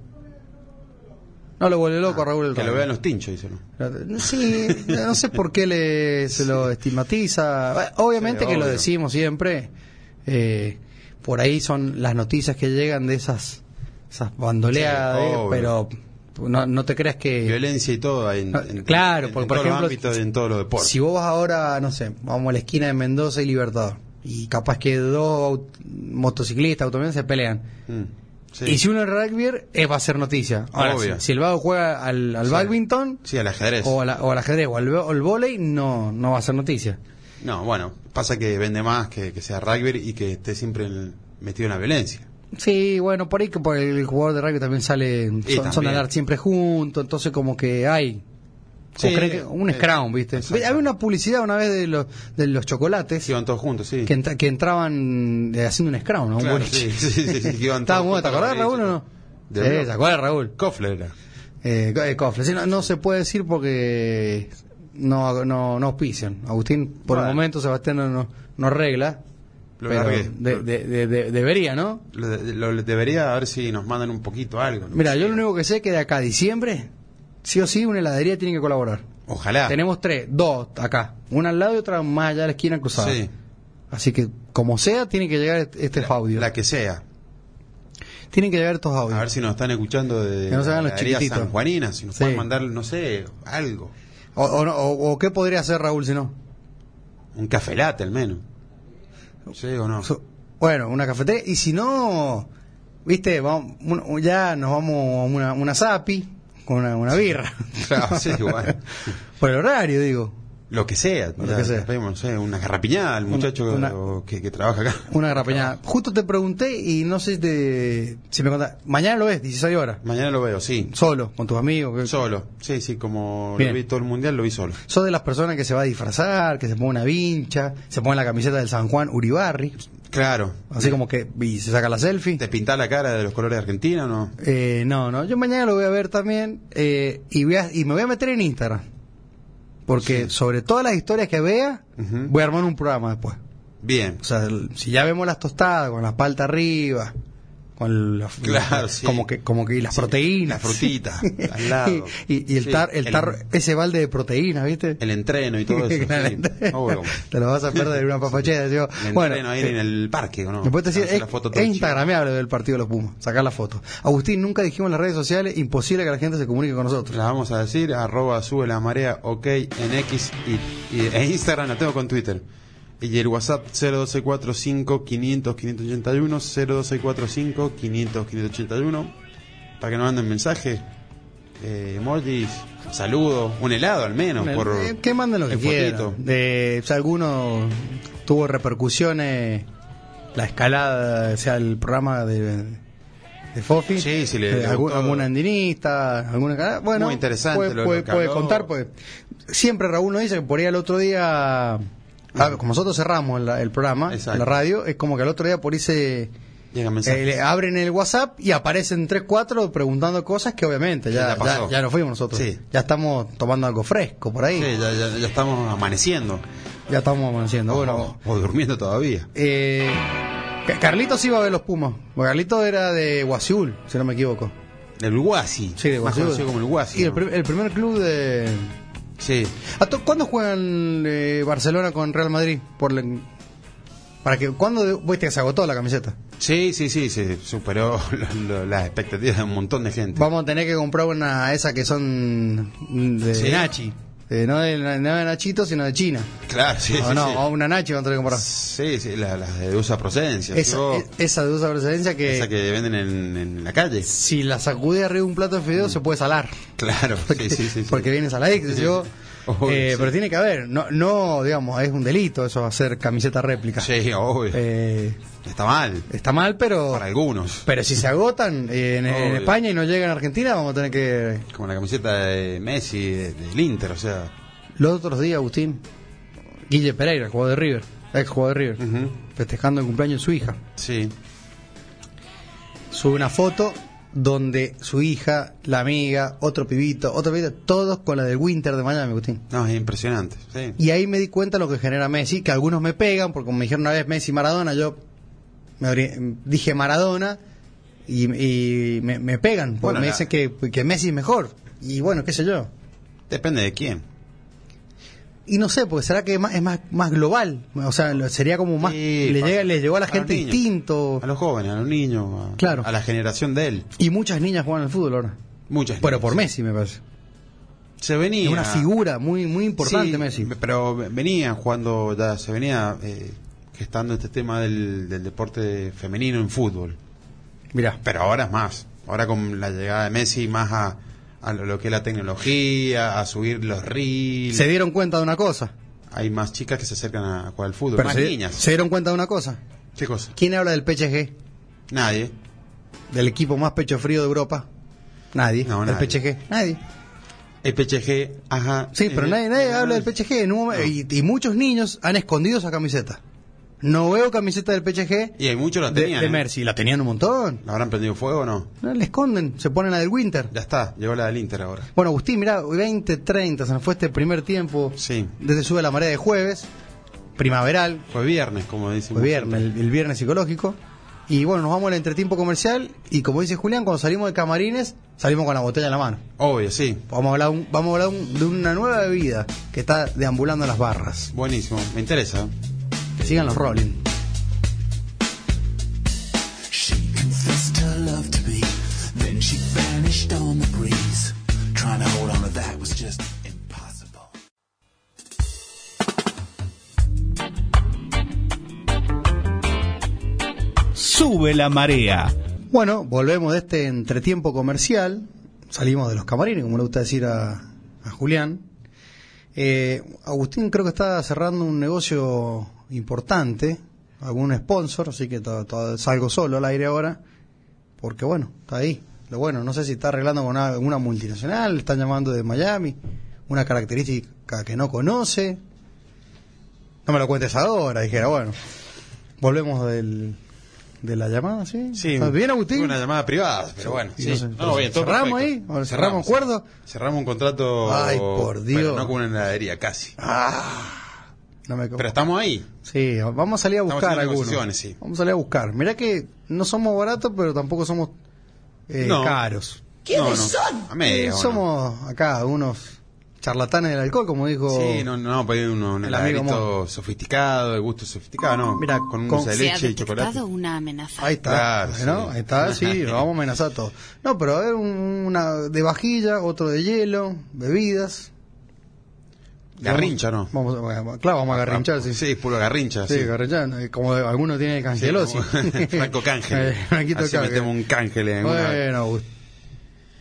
S4: No lo vuelve loco a Raúl el
S3: Ah, Que lo
S4: rugby.
S3: vean los tinchos, dice uno.
S4: eh, Sí, no sé por qué le, se lo estigmatiza. Bueno, Obviamente
S3: Sí,
S4: que lo
S3: obvio.
S4: decimos siempre. eh, por ahí son las noticias que llegan de esas, esas bandoleadas,
S3: Sí,
S4: eh,
S3: obvio.
S4: pero no, no te creas que...
S3: Violencia y todo en,
S4: Ah,
S3: en-
S4: claro,
S3: en
S4: porque, por
S3: todos
S4: ejemplo,
S3: los ámbitos y en todos los deportes.
S4: Si vos vas ahora, no sé, vamos a la esquina de Mendoza y Libertador, y capaz que dos aut- motociclistas, automóviles se pelean.
S3: Mm, sí.
S4: Y si uno es rugby, eh, va a ser noticia. Ahora,
S3: Obvio.
S4: si, si el vago juega al, al
S3: Sí.
S4: badminton,
S3: Sí, al ajedrez.
S4: o, a la- o al ajedrez, o al, vo- o al vóley, no, no va a ser noticia.
S3: No, bueno, pasa que vende más que, que sea rugby y que esté siempre en- metido en la violencia.
S4: Sí, bueno, por ahí que por el jugador de rugby también sale, son, son
S3: también.
S4: de andar siempre juntos, entonces como que hay... como
S3: Sí,
S4: creen que- un
S3: eh,
S4: scrum, ¿viste?
S3: exacto.
S4: Había una publicidad una vez de los, de los chocolates.
S3: Sí, iban todos juntos, sí.
S4: que, entra- que entraban eh, haciendo un scrum, ¿no?
S3: Claro,
S4: un boliche.
S3: sí, sí, sí, sí, que iban
S4: Estaba
S3: todos
S4: bueno, ¿te
S3: juntos,
S4: acordás, Raúl, o no?
S3: De
S4: Sí,
S3: blog.
S4: ¿te acordás, Raúl?
S3: Kofler era.
S4: Eh, co- eh, cofre. Sí, no, no se puede decir porque no, no, no auspician. Agustín, por
S3: Bueno.
S4: el momento, Sebastián no, no, no regla.
S3: Lo
S4: pero
S3: largué.
S4: de- de- de- de- debería, ¿no?
S3: Lo, de- lo- lo- debería a ver si nos mandan un poquito algo. ¿no?
S4: Mira, yo lo único que sé es que de acá a diciembre, sí o sí, una heladería tiene que colaborar.
S3: Ojalá.
S4: Tenemos tres, dos acá, una al lado y otra más allá de la esquina cruzada.
S3: Sí,
S4: Así que, como sea, tiene que llegar este, este audio.
S3: la que sea.
S4: Tienen que llegar estos audios.
S3: A ver si nos están escuchando de
S4: Que no se hagan los
S3: la heladería
S4: chiquititos.
S3: San Juanina, si nos
S4: Sí.
S3: pueden mandar, no sé, algo.
S4: O, o no- o- o qué podría hacer Raúl si no?
S3: Un café latte al menos. Sí o no.
S4: So- Bueno, una cafetería. Y si no, viste, vamos, un- ya nos vamos a una, una zapi con una, una birra.
S3: Claro, sí, igual.
S4: Por el horario, digo.
S3: Lo que sea.
S4: Lo
S3: ya,
S4: que sea.
S3: vemos, no sé, una garrapiñada al muchacho
S4: una-
S3: o que, que trabaja acá.
S4: Una grapeñada. Justo te pregunté y no sé si, te, si me contás. Mañana lo es, 16 horas.
S3: Mañana lo veo, sí.
S4: Solo, con tus amigos. que-
S3: Solo. Sí, sí, como
S4: Bien.
S3: lo vi todo el mundial, lo vi solo.
S4: Sos de las personas que se va a disfrazar, que se pone una vincha, se pone la camiseta del San Juan Uribarri,
S3: Claro.
S4: así como que y se saca la selfie.
S3: ¿Te pintás la cara de los colores de Argentina o no?
S4: Eh, no, no. Yo mañana lo voy a ver también eh, y, voy a- y me voy a meter en Instagram. Porque sobre todas las historias que vea,
S3: Ujú.
S4: voy a armar un programa después.
S3: Bien.
S4: O sea, el- si ya vemos las tostadas con la palta arriba, con la-
S3: Claro,
S4: la-
S3: sí.
S4: como que como que y las
S3: Sí,
S4: proteínas,
S3: La frutita, al lado.
S4: y, y- y el
S3: Sí,
S4: tar, el tar- ese balde de proteínas, ¿viste?
S3: el entreno y todo eso. sí. Obvio.
S4: te lo vas a perder una papachera. digo,
S3: El
S4: bueno, eh,
S3: entreno ahí en el parque, ¿o no?
S4: Después te decía,
S3: Hacer
S4: es,
S3: la foto todo
S4: es
S3: chido.
S4: instagrameable del partido de los Pumas, sacar la foto. Agustín, nunca dijimos en las redes sociales, imposible que la gente se comunique con nosotros.
S3: La vamos a decir, arroba sube la marea, ok, en X y, y- e Instagram la tengo con Twitter. Y el WhatsApp 02645 500 581, 02645 500 581, para que nos manden mensajes, eh, emojis, saludos, un helado al menos. por,
S4: Eh, que manden lo que
S3: en fotito.
S4: quieran. Eh, si alguno tuvo repercusiones, la escalada, o sea, el programa de, de Fofi.
S3: Sí, si le
S4: Eh, algún,
S3: gustó.
S4: algún andinista, alguna escalada. Bueno,
S3: Muy interesante
S4: puede,
S3: lo- lo
S4: puede-
S3: que
S4: puede
S3: habló.
S4: contar. Pues. Siempre Raúl nos dice que por ahí al otro día... ah, como nosotros cerramos la- el programa,
S3: Exacto.
S4: la radio, es como que al otro día por ahí se...
S3: Llega mensaje.
S4: Eh, le abren el WhatsApp y aparecen 3, 4 preguntando cosas que obviamente
S3: Ya
S4: ya,
S3: pasó.
S4: ya, ya nos fuimos nosotros.
S3: Sí.
S4: Ya estamos tomando algo fresco por ahí.
S3: Sí, ya, ya- ya estamos amaneciendo.
S4: Ya estamos amaneciendo. Bueno,
S3: o, o durmiendo todavía.
S4: eh, Ca- Carlitos iba a ver los Pumas. Bueno, Carlitos era de Guasiul, si no me equivoco.
S3: El Guasi.
S4: Sí, de
S3: más
S4: Guasiul.
S3: conocido como el Guasi.
S4: Y el,
S3: ¿no?
S4: prim- el primer club de...
S3: Sí.
S4: ¿A to- ¿Cuándo juegan eh, Barcelona con Real Madrid? Por la- Para que, ¿Cuándo de- viste que se agotó la camiseta?
S3: Sí, sí, sí, se superó lo- lo- las expectativas de un montón de gente.
S4: Vamos a tener que comprar una esa que son de
S3: Sí.
S4: Nachi. Eh, no, de, no de Nachito, sino de China.
S3: Claro, sí,
S4: o
S3: sí,
S4: no,
S3: sí.
S4: o una Nachi vamos a tener que comprar.
S3: Sí, sí, la- las de usa procedencia.
S4: Esa, eh,
S3: Yo-
S4: e- esa de usa presencia que,
S3: esa que venden en, en la calle.
S4: si la sacude arriba de un plato de fideo se puede salar.
S3: Claro,
S4: Porque,
S3: Mm. sí, sí, sí, sí.
S4: porque viene saladito.
S3: Sí,
S4: yo-
S3: sí. Obvio,
S4: eh,
S3: sí.
S4: Pero tiene que haber. No, no, digamos, es un delito eso, hacer camiseta réplica.
S3: Sí, obvio.
S4: Eh,
S3: Está mal,
S4: está mal, pero...
S3: para algunos.
S4: Pero si se agotan eh, en, en
S3: Obvio.
S4: España y no llegan a Argentina, vamos a tener que...
S3: Como la camiseta de Messi, de- del Inter, o sea.
S4: Los otros días, Agustín, Guille Pereira, el jugador de River, ex jugador de River,
S3: Ujú.
S4: festejando el cumpleaños de su hija.
S3: Sí,
S4: Sube una foto donde su hija, la amiga, otro pibito, otro pibito, todos con la del Winter de Miami, Agustín.
S3: no, es impresionante. Sí.
S4: Y ahí me di cuenta lo que genera Messi, que algunos me pegan, porque como me dijeron una vez Messi Maradona, yo me abrí- dije Maradona y, y me, me pegan, porque
S3: Bueno,
S4: me
S3: la-
S4: dicen que, que Messi es mejor. Y bueno, qué sé yo.
S3: Depende de quién.
S4: Y no sé, porque será que es más, es más, más global. O sea, lo- sería como más.
S3: Sí,
S4: le,
S3: para-
S4: llega, le llegó a la
S3: para
S4: gente
S3: los niños,
S4: distinto.
S3: A los jóvenes, a los niños, a,
S4: Claro.
S3: a la generación de él.
S4: Y muchas niñas juegan al fútbol ahora.
S3: Muchas.
S4: Pero por Messi, me parece.
S3: Se
S4: Es
S3: venía.
S4: una figura muy muy importante,
S3: Sí,
S4: Messi.
S3: Pero venía jugando, ya se venía eh, gestando este tema del, del deporte femenino en fútbol.
S4: Mirá.
S3: Pero ahora es más. Ahora con la llegada de Messi, más a, a lo lo que es la tecnología, a subir los reels.
S4: Se dieron cuenta de una cosa.
S3: Hay más chicas que se acercan a, a jugar al fútbol.
S4: Pero
S3: más
S4: se,
S3: niñas.
S4: se dieron cuenta de una cosa.
S3: ¿Qué cosa?
S4: ¿Quién habla del PSG?
S3: Nadie.
S4: Del equipo más pecho frío de Europa. Nadie.
S3: No,
S4: del
S3: nadie.
S4: PSG. Nadie.
S3: El PCG, ajá.
S4: Sí, pero
S3: Eh,
S4: nadie, nadie
S3: eh,
S4: habla del
S3: no.
S4: PSG. en un momento- y, y muchos niños han escondido esa camiseta. No veo camiseta del PSG
S3: Y hay muchos la
S4: de,
S3: tenían.
S4: de
S3: ¿eh?
S4: Mercy. La tenían un montón.
S3: ¿La habrán prendido fuego o no?
S4: No le esconden, se pone la del Winter.
S3: Ya está, llegó la del Inter ahora.
S4: Bueno, Agustín, mirá, 20-30, se nos fue este primer tiempo.
S3: Sí.
S4: Desde sube la marea de jueves, primaveral,
S3: Fue viernes, como decimos.
S4: fue viernes, el, el viernes psicológico. Y bueno, nos vamos al entretiempo comercial. Y como dice Julián, cuando salimos de camarines, salimos con la botella en la mano.
S3: Obvio, sí.
S4: Vamos a hablar, un- vamos a hablar un- de una nueva bebida que está deambulando en las barras.
S3: Buenísimo, me interesa.
S4: Que sigan los Rolling.
S7: She confessed her love to me, then she vanished on the breeze. Trying to hold on to that was just impossible.
S1: Sube la marea.
S4: Bueno, volvemos de este entretiempo comercial. Salimos de los camarines, como le gusta decir a, a Julián. Eh, Agustín creo que está cerrando un negocio importante, algún sponsor, así que to- to- salgo solo al aire ahora, porque bueno, está ahí. Lo bueno, no sé si está arreglando con una, una multinacional, le están llamando de Miami, una característica que no conoce. No me lo cuentes ahora, dijera, bueno. Volvemos del, de la llamada, ¿sí? ¿Está ¿Bien, Agustín?
S3: fue Una llamada privada, pero bueno.
S4: Y
S3: sí.
S4: no sé,
S3: No, bien, todo
S4: ¿cerramos ahí?
S3: perfecto.
S4: ¿O cerramos acuerdo?
S3: Cerramos un contrato.
S4: Ay, por Dios.
S3: pero no con una heladería, casi.
S4: Ah, No me co-
S3: Pero estamos ahí.
S4: Sí, vamos a salir a
S3: Estamos
S4: buscar
S3: haciendo
S4: algunos.
S3: negociaciones, sí.
S4: Vamos a salir a buscar. Mirá que no somos baratos, pero tampoco somos eh,
S3: No.
S4: caros. Eh,
S3: ¿Quiénes son? A medio, ¿no?
S4: somos acá unos charlatanes del alcohol, como dijo.
S3: Sí, no, no, vamos a pedir un, un
S4: El amigo
S3: heladerito sofisticado, de gusto sofisticado, no.
S4: Mira,
S3: con un
S4: con-
S3: dulce de
S8: Se ha
S3: leche y chocolate.
S8: detectado una amenaza.
S4: Ahí está,
S3: Claro,
S4: ¿no?
S3: sí.
S4: Ahí está, sí, lo vamos a amenazar todo. No, pero a ver, un- una de vajilla, otro de hielo, bebidas.
S3: Garrincha, ¿no? Ah,
S4: Vamos, vamos- claro, vamos a garrinchar, sí.
S3: Sí, puro garrincha.
S4: Sí,
S3: Sí,
S4: Garrincha, eh, como alguno tiene cangelosis.
S3: Sí, como- Franco Cángel.
S4: Eh, Franquito
S3: Así
S4: Cángel.
S3: metemos un cángel en una-
S4: Bueno,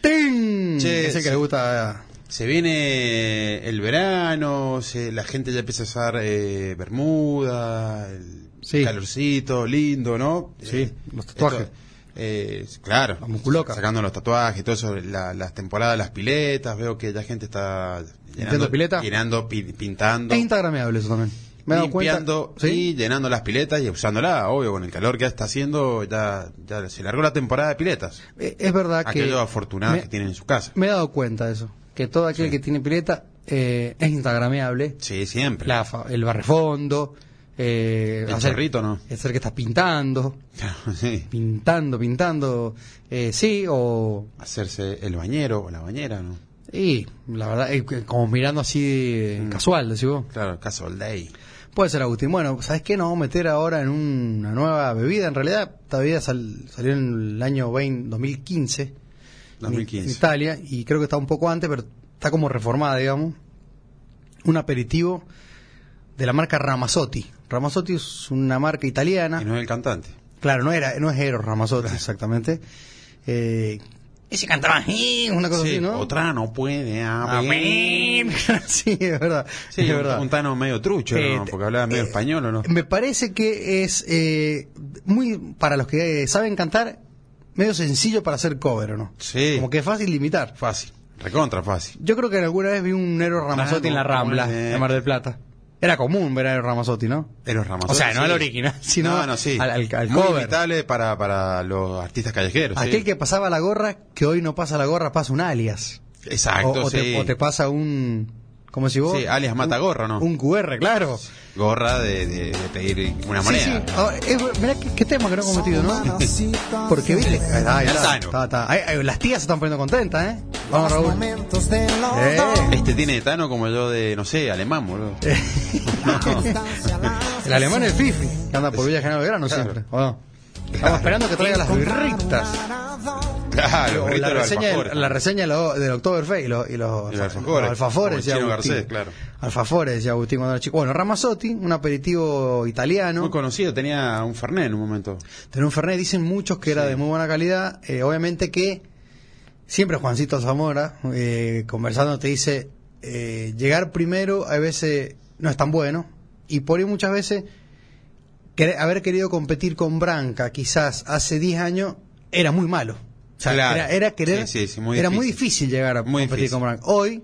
S4: Agustín.
S3: Che,
S4: Ese que
S3: sí.
S4: le gusta.
S3: Se viene el verano, se- la gente ya empieza a usar eh, bermuda, el
S4: Sí.
S3: calorcito, lindo, ¿no?
S4: Sí,
S3: Eh,
S4: los tatuajes.
S3: esto, eh, claro,
S4: La musculoca.
S3: sacando los tatuajes, todo eso, la- las temporadas, las piletas, veo que ya gente está
S4: ¿Pintando pileta?
S3: llenando, pi- pintando.
S4: Es instagrameable eso también. Me he dado
S3: limpiando
S4: cuenta, ¿sí?
S3: y llenando las piletas y usándola, obvio, con el calor que está haciendo, ya, ya se largó la temporada de piletas.
S4: Eh, Es verdad que...
S3: Aquellos afortunados
S4: me-
S3: que tienen en su casa.
S4: Me he dado cuenta de eso. Que todo aquel
S3: Sí.
S4: que tiene pileta eh, es instagrameable.
S3: Sí, siempre.
S4: La fa- el barrefondo. Eh,
S3: El chorrito, ¿no?
S4: Hacer que estás pintando.
S3: Sí.
S4: Pintando, pintando. eh, sí, o...
S3: Hacerse el bañero o la bañera, ¿no?
S4: Y la verdad, eh, que- como mirando así eh,
S3: Mm.
S4: casual, decís vos.
S3: Claro, casual day.
S4: Puede ser, Agustín. Bueno, ¿sabes qué? Nos vamos a meter ahora en un- una nueva bebida. En realidad, esta bebida sal- salió en el año 20, 2015. En
S3: 2015.
S4: Italia, y creo que está un poco antes, pero está como reformada, digamos. Un aperitivo de la marca Ramazzotti. Ramazzotti es una marca italiana.
S3: Y no es el cantante.
S4: Claro, no era, no es Eros Ramazzotti, exactamente. Eh, ese cantaba "Eh", una cosa
S3: Sí,
S4: así, ¿no?
S3: Otra no puede haber.
S4: Amén. sí, es verdad.
S3: Sí,
S4: es
S3: un-
S4: verdad.
S3: un tano medio trucho,
S4: Eh,
S3: ¿no? Porque hablaba medio
S4: eh,
S3: español, ¿o no?
S4: Me parece que es eh, muy, para los que eh, saben cantar, medio sencillo para hacer cover, ¿o no?
S3: Sí.
S4: Como que es fácil imitar.
S3: Fácil. Recontra fácil.
S4: Yo creo que alguna vez vi un Nero Ramazzotti en la
S3: Claro,
S4: Rambla,
S3: bueno.
S4: en Mar del Plata. Era común ver a Nero Ramazzotti, ¿no?
S3: Eros
S4: O
S3: Ramazzotti.
S4: sea, no
S3: sí.
S4: al original, sino
S3: No, no, sí.
S4: al, al- al
S3: Muy
S4: cover.
S3: imitable para, para los artistas callejeros. sí.
S4: Aquel que pasaba la gorra, que hoy no pasa la gorra, pasa un alias.
S3: Exacto,
S4: o, o
S3: sí.
S4: te, o te pasa un... ¿Cómo si vos?
S3: Sí, alias Matagorra, ¿no?
S4: Un QR, claro.
S3: Gorra de, de- de pedir una
S4: Sí,
S3: moneda.
S4: sí. Ahora, es- mirá qué, qué tema que no he cometido, ¿no? Porque viste. Ahí está, ahí está.
S3: Tano.
S4: Está, está. Ahí- ahí, las tías se están poniendo contentas, ¿eh? Vamos, Raúl.
S7: momentos de los
S4: Eh.
S3: Este tiene de Tano como yo de, no sé, alemán, boludo.
S4: El alemán es el Fifi, que anda por Villa General Belgrano
S3: Claro.
S4: siempre. ¿o no? Estamos esperando que traiga las birritas.
S3: Claro,
S4: O
S3: ahorita
S4: la,
S3: los
S4: reseña del,
S3: alfajores.
S4: la reseña de lo- del Oktoberfest y, lo- y los,
S3: Y los alfajores,
S4: los alfafores,
S3: como el
S4: decía
S3: Chino
S4: Agustín.
S3: Garcés, claro.
S4: Alfafores, decía Agustín cuando era chico. Bueno, Ramazzotti, un aperitivo italiano.
S3: Muy conocido, tenía un Fernet en un momento.
S4: Tenía un Fernet, dicen muchos que era de muy buena calidad. Eh, obviamente que siempre Juancito Zamora, eh, conversando, te dice, eh, llegar primero a veces no es tan bueno. Y por ahí muchas veces quer- haber querido competir con Branca, quizás hace 10 años, era muy malo. O sea,
S3: Claro.
S4: era, era querer-
S3: Sí, sí, sí, muy
S4: era muy
S3: difícil.
S4: difícil llegar a
S3: Muy
S4: competir
S3: difícil.
S4: con Branca. Hoy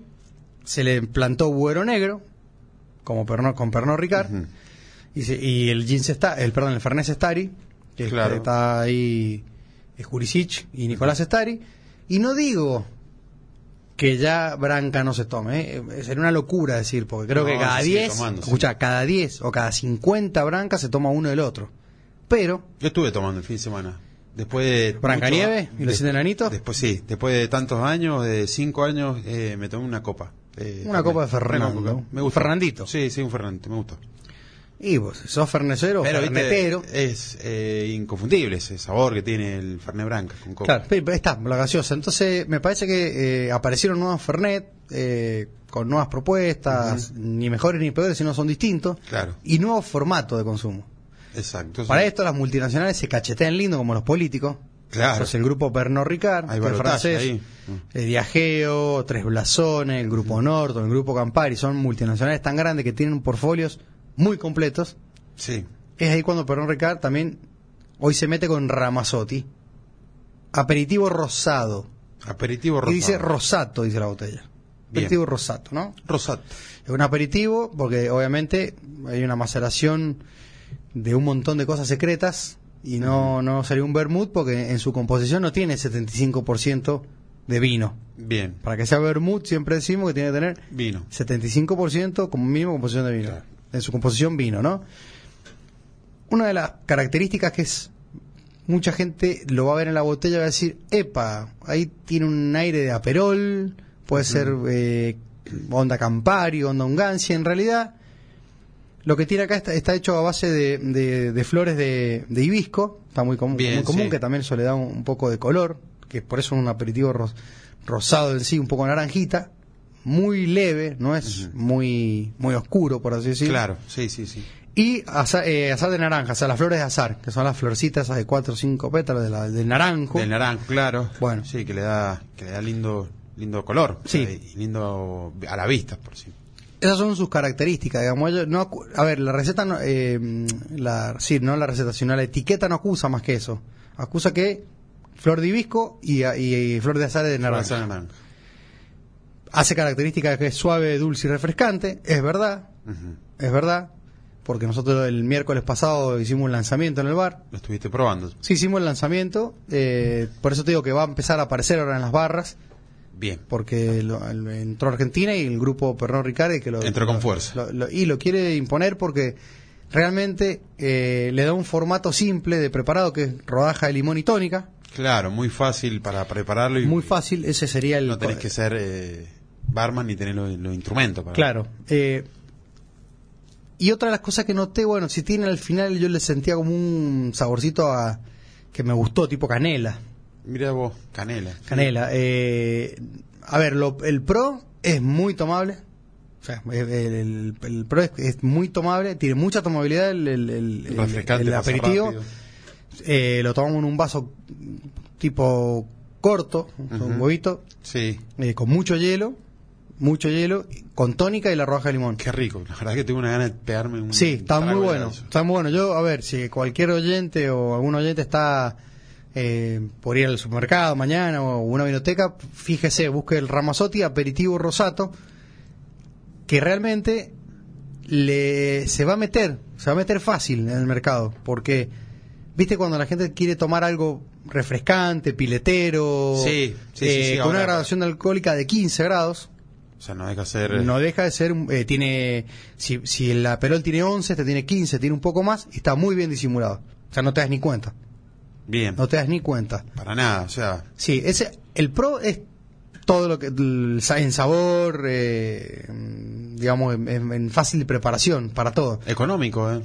S4: se le plantó Güero Negro, como Pernod- con Pernod Ricard.
S3: Ujú.
S4: Y, se- y el jeans está, el perdón, el Fernández Stari, que
S3: Claro.
S4: está ahí es Jurisic y Nicolás Stari. Y no digo que ya Branca no se tome, ¿eh? Eh, sería una locura decir, porque creo
S3: No,
S4: que cada
S3: se sigue
S4: 10,
S3: tomando, sí.
S4: escucha, cada 10 o cada 50 Branca se toma uno del otro. Pero,
S3: Yo estuve tomando el fin de semana. Después de.
S4: ¿Brancanieve?
S3: mucho-
S4: ¿Y los
S3: de-
S4: siete enanitos?
S3: Después, sí. Después de tantos años, de cinco años, eh, me tomé una copa. eh,
S4: Una copa de Fernando.
S3: Una copa. Me gustó.
S4: Fernandito.
S3: Sí, sí, un Fernandito, me gustó.
S4: y vos, sos fernecero, o
S3: viste,
S4: fernetero.
S3: es eh, inconfundible ese sabor que tiene el Fernet Branca con copa.
S4: Claro, pero está, la gaseosa. Entonces, me parece que eh, aparecieron nuevos Fernet eh, con nuevas propuestas, ni mejores ni peores, sino son distintos.
S3: Claro.
S4: Y nuevo formato de consumo.
S3: Exacto.
S4: Para
S3: Sí.
S4: esto, las multinacionales se cachetean lindo como los políticos.
S3: Claro.
S4: Entonces, el grupo Pernod Ricard,
S3: Hay
S4: que es
S3: balotaje
S4: francés,
S3: ahí.
S4: eh, Diageo, Tres Blasones, el grupo Norton, el grupo Campari, son multinacionales tan grandes que tienen portfolios muy completos.
S3: Sí.
S4: Es ahí cuando Pernod Ricard también hoy se mete con Ramazzotti. Aperitivo rosado.
S3: Aperitivo rosado.
S4: Y dice rosato, dice la botella.
S3: Bien.
S4: Aperitivo rosato, ¿no?
S3: Rosato.
S4: Es un aperitivo porque obviamente hay una maceración de un montón de cosas secretas y no, no sería un vermut porque en su composición no tiene 75% de vino.
S3: Bien.
S4: Para que sea vermut siempre decimos que tiene que tener
S3: Vino.
S4: 75% como mínimo composición de vino.
S3: Claro.
S4: En su composición vino, ¿no? Una de las características que es mucha gente lo va a ver en la botella y va a decir, epa, ahí tiene un aire de aperol, puede ser eh, onda Campari, onda Ungancia, en realidad lo que tiene acá está, está hecho a base de, de- de flores de, de hibisco, está muy común,
S3: Bien,
S4: muy común
S3: sí.
S4: que también eso le da un, un poco de color, que por eso es un aperitivo ros- rosado en sí, un poco naranjita, muy leve, no es muy, muy oscuro, por así decirlo.
S3: Claro. Sí, sí, sí.
S4: Y azar, eh, azar de naranja, o sea, las flores de azar, que son las florcitas esas de 4 o 5 pétalos de la- del naranjo.
S3: Del naranjo, claro.
S4: Bueno.
S3: Sí, que le da, que le da lindo, lindo color.
S4: Sí.
S3: Eh, Y lindo a la vista, por sí.
S4: Esas son sus características, digamos. ellos no acu- a ver, la receta, no, eh, la, sí, no la receta, sino la etiqueta no acusa más que eso. Acusa que flor de hibisco y, a- y- y flor de azar de naranja.
S3: Rosa de naranja.
S4: Hace características que es suave, dulce y refrescante, es verdad,
S3: Ujú.
S4: es verdad. porque nosotros el miércoles pasado hicimos un lanzamiento en el bar.
S3: Lo estuviste probando.
S4: Sí, hicimos el lanzamiento, eh, por eso te digo que va a empezar a aparecer ahora en las barras,
S3: Bien.
S4: porque lo- el- entró Argentina y el grupo Pernod Ricard que lo,
S3: Entró con
S4: lo-
S3: fuerza.
S4: lo- lo- y lo quiere imponer porque realmente eh, le da un formato simple de preparado que es rodaja de limón y tónica,
S3: Claro, muy fácil para prepararlo y
S4: muy fácil, pues. ese sería el
S3: no tenés que ser eh, barman ni tener los, los instrumentos. Para
S4: Claro. eh, y otra de las cosas que noté, bueno, si tiene al final yo le sentía como un saborcito a, que me gustó, tipo canela.
S3: Mira vos, canela.
S4: Canela. eh, a ver, lo- el pro es muy tomable. O sea, el, el- el pro es, es muy tomable, tiene mucha tomabilidad el, el- el- el-
S3: Refrescante,
S4: el
S3: pasa
S4: aperitivo.
S3: rápido.
S4: eh, lo tomamos en un vaso tipo corto, un
S3: Ujú.
S4: huevito,
S3: Sí,
S4: eh, con mucho hielo, mucho hielo, con tónica y la roja de limón.
S3: qué rico. La verdad que tengo una gana de pegarme un.
S4: Sí, está muy
S3: trago de
S4: bueno.
S3: eso.
S4: Está muy bueno. Yo, a ver, si cualquier oyente o algún oyente está eh, por ir al supermercado mañana o una biblioteca, fíjese, busque el Ramazotti aperitivo rosato, que realmente le se va a meter, se va a meter fácil en el mercado, porque viste cuando la gente quiere tomar algo refrescante, piletero,
S3: Sí, sí, sí,
S4: eh,
S3: sí,
S4: con una
S3: ahora-
S4: graduación alcohólica de 15 grados,
S3: O sea, no deja ser.
S4: no deja de ser, un- eh, tiene, si, si el Aperol tiene 11, este tiene 15, tiene un poco más, y está muy bien disimulado. O sea, no te das ni cuenta.
S3: Bien,
S4: No te das ni cuenta.
S3: para nada. O sea,
S4: Sí, ese, el pro es todo lo que, el sa- en sabor, eh, mm, digamos, en, en- en fácil preparación para todo.
S3: económico, ¿eh?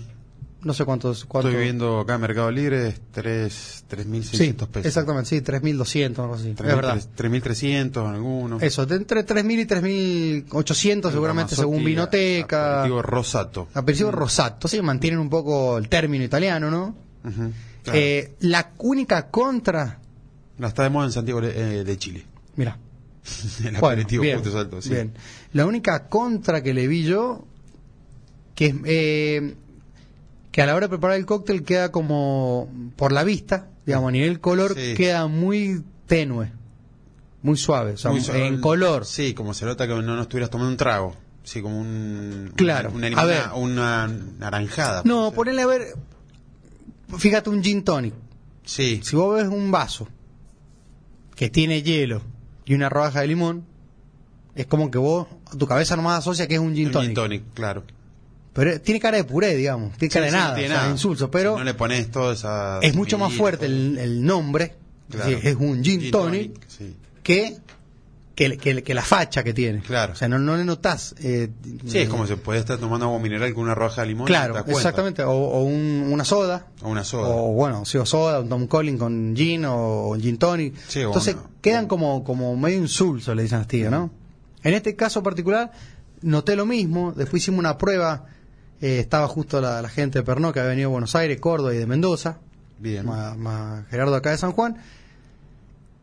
S4: No sé cuántos, cuántos.
S3: Estoy viendo acá en Mercado Libre es tres- 3.600
S4: Sí,
S3: pesos.
S4: exactamente, sí, 3.200, algo así. Es verdad.
S3: 3.300 en algunos.
S4: Eso, de entre 3.000 y 3.800 seguramente según
S3: Ramazotti,
S4: Vinoteca. Ah,
S3: aperitivo Rosato.
S4: Aperitivo Rosato, sí, mantienen un poco el término italiano, ¿no?
S3: Ujú, claro.
S4: Eh, la única contra.
S3: No, está de moda en Santiago eh, de Chile.
S4: Mira.
S3: El
S4: bueno,
S3: aperitivo
S4: bien,
S3: Puerto Salto, sí.
S4: bien. La única contra que le vi yo. Que es. eh, que a la hora de preparar el cóctel queda como. Por la vista, digamos, a nivel color,
S3: Sí.
S4: queda muy tenue. Muy suave. O sea,
S3: Muy suave.
S4: en color.
S3: Sí, como se nota que no, no estuvieras tomando un trago. Sí, como un.
S4: Claro,
S3: Una,
S4: a
S3: limona-
S4: ver.
S3: una naranjada.
S4: No,
S3: puede ser.
S4: ponele a ver. Fíjate un gin tonic.
S3: Sí,
S4: Si vos ves un vaso que tiene hielo y una rodaja de limón, es como que vos, tu cabeza nomás asocia que es un gin
S3: un
S4: tonic.
S3: gin tonic, claro.
S4: Pero tiene cara de puré, digamos. Tiene cara de
S3: Sí, sí, no
S4: nada,
S3: tiene
S4: o sea,
S3: nada.
S4: de insulso.
S3: Si
S4: Pero
S3: no le pones todo esa.
S4: es mucho más
S3: medida,
S4: fuerte
S3: todo.
S4: el, el nombre,
S3: Claro.
S4: es decir, es un gin, tonic,
S3: sí.
S4: que, que, que- que la facha que tiene.
S3: Claro.
S4: O sea, no, no le notás. eh,
S3: Sí, es
S4: eh,
S3: como se puede estar tomando agua mineral con una roja de limón. y
S4: Claro,
S3: no te das cuenta.
S4: exactamente. O, o un- una soda.
S3: O una soda.
S4: O bueno, sí, o soda, un Tom Collins con gin o, un gin tonic.
S3: Sí, o
S4: Entonces
S3: una-
S4: quedan como, como medio insulso, le dicen a las tías, ¿no? En este caso particular, noté lo mismo. Después hicimos una prueba. eh, estaba justo la, la gente de Pernod que había venido de Buenos Aires, Córdoba y de Mendoza,
S3: Bien.
S4: más, más Gerardo acá de San Juan.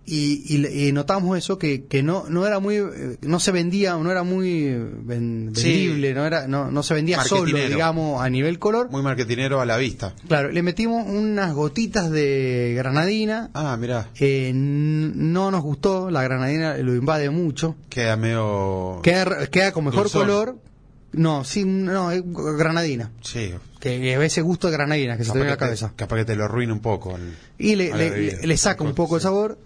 S4: Y, y le- y notamos eso que, que no no era muy eh, no se vendía no era muy eh, ven-
S3: Sí.
S4: vendible no era no, no se vendía solo
S3: Marketinero.
S4: digamos a nivel color
S3: Muy marketinero a la vista.
S4: Claro, le metimos unas gotitas de granadina.
S3: Ah, mirá.
S4: Eh, n- no nos gustó, la granadina lo invade mucho.
S3: Queda medio.
S4: Queda, queda con mejor
S3: Dulzón.
S4: color. No, sí, no, es granadina.
S3: Sí.
S4: Que que ese gusto de granadina que se te viene a la
S3: que
S4: cabeza.
S3: Te, capaz que te lo arruina un poco. al-
S4: Y le,
S3: a la
S4: le-
S3: bebida.
S4: le- le saca un poco el
S3: Sí.
S4: sabor.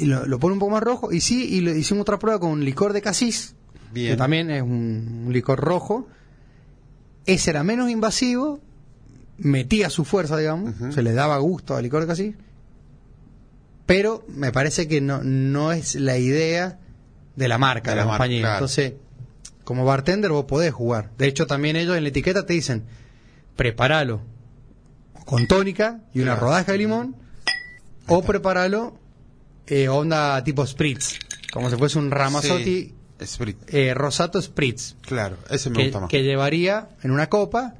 S4: Y lo, lo pone un poco más rojo. Y sí, y le hicimos otra prueba con licor de casis.
S3: Bien.
S4: Que también es un, un licor rojo. Ese era menos invasivo. Metía su fuerza, digamos.
S3: Ujú.
S4: Se le daba gusto al licor de casis. Pero me parece que no, no es la idea de la marca, de
S3: De la
S4: la,
S3: marca,
S4: compañía.
S3: claro.
S4: Entonces, como bartender vos podés jugar. De hecho, también ellos en la etiqueta te dicen, prepáralo con tónica y una
S3: Claro.
S4: rodaja de limón o prepáralo eh, onda tipo spritz, como si fuese un Ramazotti
S3: Sí. Esprit.
S4: eh, Rosato spritz,
S3: Claro, ese me
S4: que,
S3: gusta más.
S4: que llevaría en una copa,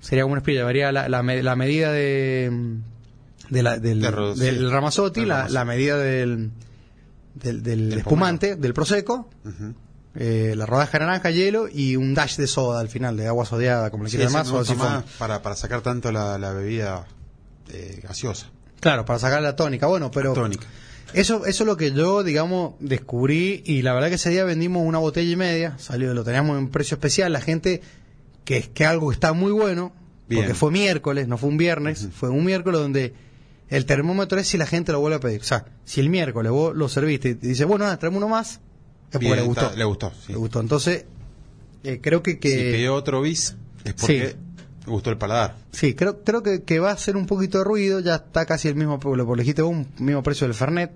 S4: sería como un spritz, llevaría la, la me- la medida de, mm, de la- del,
S3: De ro-
S4: del
S3: sí,
S4: Ramazotti,
S3: del
S4: la,
S3: Ramazotti.
S4: la medida del, del, del
S3: Del
S4: espumante, del prosecco,
S3: Ujú.
S4: eh, la rodaja de naranja, hielo y un dash de soda al final, de agua sodeada, como le
S3: Sí,
S4: quieran
S3: ese
S4: llamar,
S3: me
S4: soda
S3: gusta
S4: sifón.
S3: más para, para sacar tanto la, la bebida eh, gaseosa.
S4: Claro, para sacar la tónica. Bueno, pero
S3: Tónica.
S4: eso eso es lo que yo, digamos, descubrí y la verdad que ese día vendimos una botella y media, salió, lo teníamos en precio especial, la gente que es que algo está muy bueno,
S3: Bien.
S4: porque fue miércoles, no fue un viernes, fue un miércoles donde el termómetro es si la gente lo vuelve a pedir. O sea, si el miércoles vos lo serviste y te dices, bueno, ah, tráeme uno más, es porque
S3: Bien,
S4: le gustó.
S3: está- le gustó, sí.
S4: Le gustó. Entonces, eh, creo que...
S3: Si
S4: que
S3: pidió otro bis, es porque me gustó el paladar.
S4: Sí, creo, creo que, que va a hacer un poquito de ruido, ya está casi el mismo, lo por dijiste vos, un mismo precio del Fernet.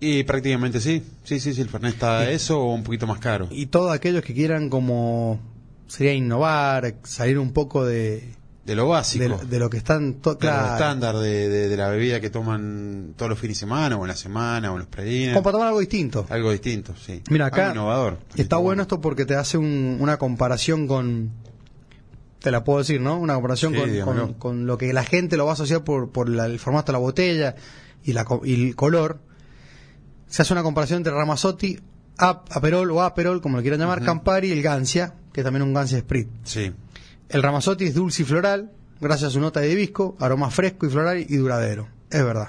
S3: Y prácticamente sí. Sí, sí, sí, el Fernet está a eso o un poquito más caro.
S4: Y todos aquellos que quieran como sería innovar, salir un poco de,
S3: De lo básico.
S4: de, de lo que están... to-
S3: De lo
S4: claro.
S3: estándar de, de- de la bebida que toman todos los fines de semana o en la semana o en los predines.
S4: Como para tomar algo distinto.
S3: Algo distinto, sí.
S4: Mira,
S3: Algo
S4: acá
S3: innovador.
S4: está bueno esto porque te hace un- una comparación con... Te la puedo decir, ¿no? Una comparación
S3: Sí,
S4: con,
S3: dígamelo.
S4: con- con lo que la gente lo va a asociar por, por la- el formato de la botella y, la, co- y el color. Se hace una comparación entre Ramazzotti, Ap- Aperol o Aperol, como lo quieran llamar, Campari y el Gancia, que es también un Gancia Sprit.
S3: Sí.
S4: El Ramazzotti es dulce y floral, gracias a su nota de hibisco, aroma fresco y floral y duradero. Es verdad.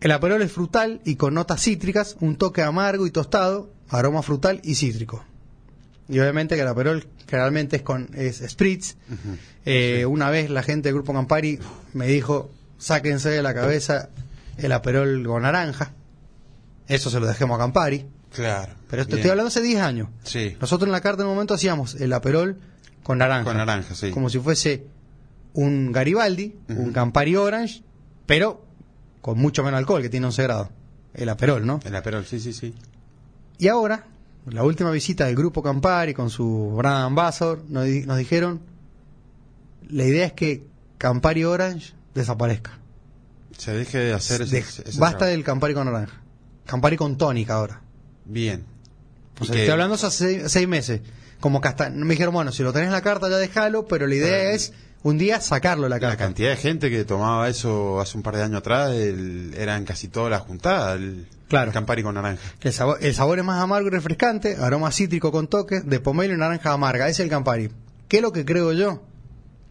S4: El Aperol es frutal y con notas cítricas, un toque amargo y tostado, aroma frutal y cítrico. Y obviamente que el Aperol generalmente es con es spritz. Eh, Una vez la gente del grupo Campari me dijo, sáquense de la cabeza el Aperol con naranja. Eso se lo dejemos a Campari.
S3: Claro.
S4: Pero esto
S3: Bien.
S4: estoy hablando hace 10 años.
S3: Sí.
S4: Nosotros en la carta en un momento hacíamos el aperol con naranja.
S3: Con naranja, sí.
S4: Como si fuese un Garibaldi,
S3: Ujú.
S4: un Campari Orange, pero con mucho menos alcohol, que tiene 11 grados. El aperol, ¿no?
S3: El Aperol, sí, sí, sí.
S4: Y ahora, la última visita del grupo Campari con su brand ambassador, nos, di- nos dijeron, la idea es que Campari Orange desaparezca.
S3: Se deje de hacer ese,
S4: De-
S3: ese- ese
S4: basta
S3: trabajo.
S4: del Campari con naranja. Campari con tónica ahora.
S3: Bien.
S4: O
S3: Y
S4: sea,
S3: que-
S4: estoy hablando hace seis, seis meses. Como que hasta me dijeron, bueno, si lo tenés en la carta ya déjalo, pero la idea es un día sacarlo de la
S3: La
S4: carta.
S3: cantidad de gente que tomaba eso hace un par de años atrás el- eran casi todas las juntadas. El,
S4: Claro.
S3: el Campari con naranja.
S4: El sabor, el sabor es más amargo y refrescante, aroma cítrico con toques de pomelo y naranja amarga. Es el Campari. ¿Qué es lo que creo yo?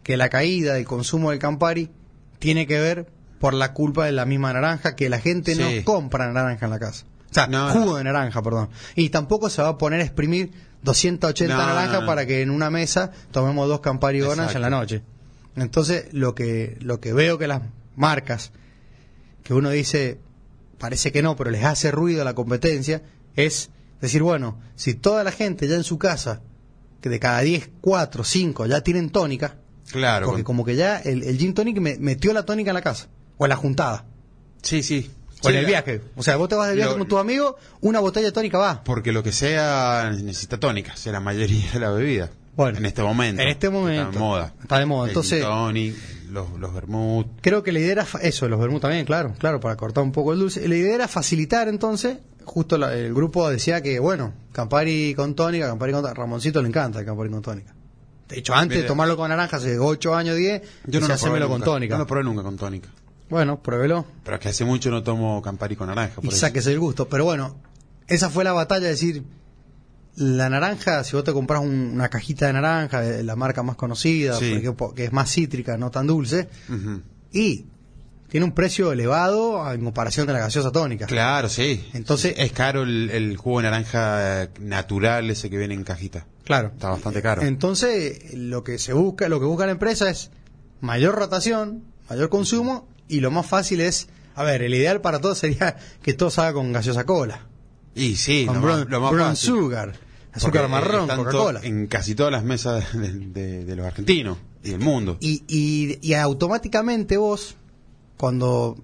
S4: Que la caída del consumo del Campari tiene que ver por la culpa de la misma naranja, que la gente
S3: Sí.
S4: no compra naranja en la casa. O sea,
S3: No,
S4: jugo
S3: no.
S4: de naranja, perdón. Y tampoco se va a poner a exprimir 280
S3: No,
S4: naranjas
S3: no, no.
S4: para que en una mesa tomemos dos Campari Orange
S3: Exacto.
S4: en la noche. Entonces, lo que, lo que veo que las marcas que uno dice, parece que no, pero les hace ruido a la competencia, es decir, bueno, si toda la gente ya en su casa, que de cada 10, 4, 5 ya tienen tónica,
S3: Claro.
S4: porque
S3: con-
S4: como que ya el, el gin tonic me- metió la tónica en la casa, o en la juntada,
S3: Sí, sí.
S4: o en
S3: Sí,
S4: el
S3: la-
S4: viaje. O sea, vos te vas de viaje
S3: Lo-
S4: con tus amigos, una botella de tónica va.
S3: Porque lo que sea necesita tónica, sea la mayoría de la bebida.
S4: Bueno.
S3: en este momento.
S4: En este momento.
S3: Está de moda.
S4: Está de moda,
S3: El
S4: entonces-
S3: gin tonic, los, los vermut.
S4: Creo que la idea era fa- eso, los vermú también, claro, claro, para cortar un poco el dulce. La idea era facilitar entonces, justo la- el grupo decía que, bueno, Campari con tónica, Campari con tónica, Ramoncito le encanta el Campari con tónica. De hecho, antes de
S3: Mira.
S4: tomarlo con naranja hace 8 años, 10,
S3: Yo no
S4: se
S3: lo, probé
S4: hacémelo
S3: nunca,
S4: con tónica.
S3: no lo probé nunca con tónica.
S4: Bueno, pruébelo
S3: Pero es que hace mucho no tomo Campari con naranja.
S4: y
S3: por eso.
S4: sáquese el gusto. Pero bueno, esa fue la batalla, es decir, la naranja, si vos te compras un- una cajita de naranja, de la marca más conocida,
S3: Sí.
S4: por ejemplo, que es más cítrica, no tan dulce,
S3: Ujú.
S4: y tiene un precio elevado en comparación de la gaseosa tónica.
S3: Claro, sí.
S4: Entonces-
S3: es caro el, el jugo de naranja eh, natural ese que viene en cajita.
S4: Claro.
S3: Está bastante caro.
S4: Entonces, lo que se busca, lo que busca la empresa es mayor rotación, mayor consumo y lo más fácil es, a ver, el ideal para todos sería que todo salga con gaseosa cola,
S3: y sí,
S4: con
S3: lo
S4: brown,
S3: más, lo más
S4: brown
S3: fácil.
S4: sugar,
S3: Porque,
S4: azúcar
S3: eh,
S4: marrón,
S3: están to-
S4: Coca-Cola.
S3: En casi todas las mesas de, de- de los argentinos y del mundo.
S4: Y, y- y automáticamente vos, cuando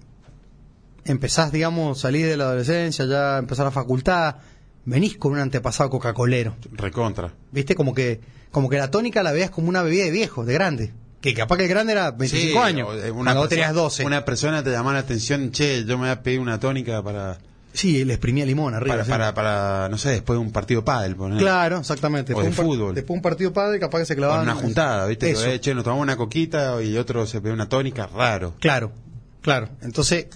S4: empezás, digamos, salir de la adolescencia, ya empezar la facultad, venís con un antepasado coca-colero.
S3: Recontra.
S4: ¿Viste? Como que, como que la tónica la veías como una bebida de viejo, de grande. Que capaz que el grande era 25
S3: Sí,
S4: años.
S3: o, eh,
S4: cuando vos tenías
S3: persona-
S4: 12.
S3: Una persona te llamaba la atención, che, yo me voy a pedir una tónica para,
S4: Sí, le exprimía limón arriba.
S3: para,
S4: sí.
S3: para, para, no sé, después de un partido pádel, poner.
S4: Claro, exactamente.
S3: O
S4: Después
S3: de
S4: un par-
S3: fútbol.
S4: Después un partido padre, capaz que se
S3: O
S4: clavaban.
S3: en una juntada, ¿viste?
S4: Eso.
S3: Que, eh, che, nos tomamos una coquita y otro se pide una tónica, raro.
S4: Claro, claro. Entonces,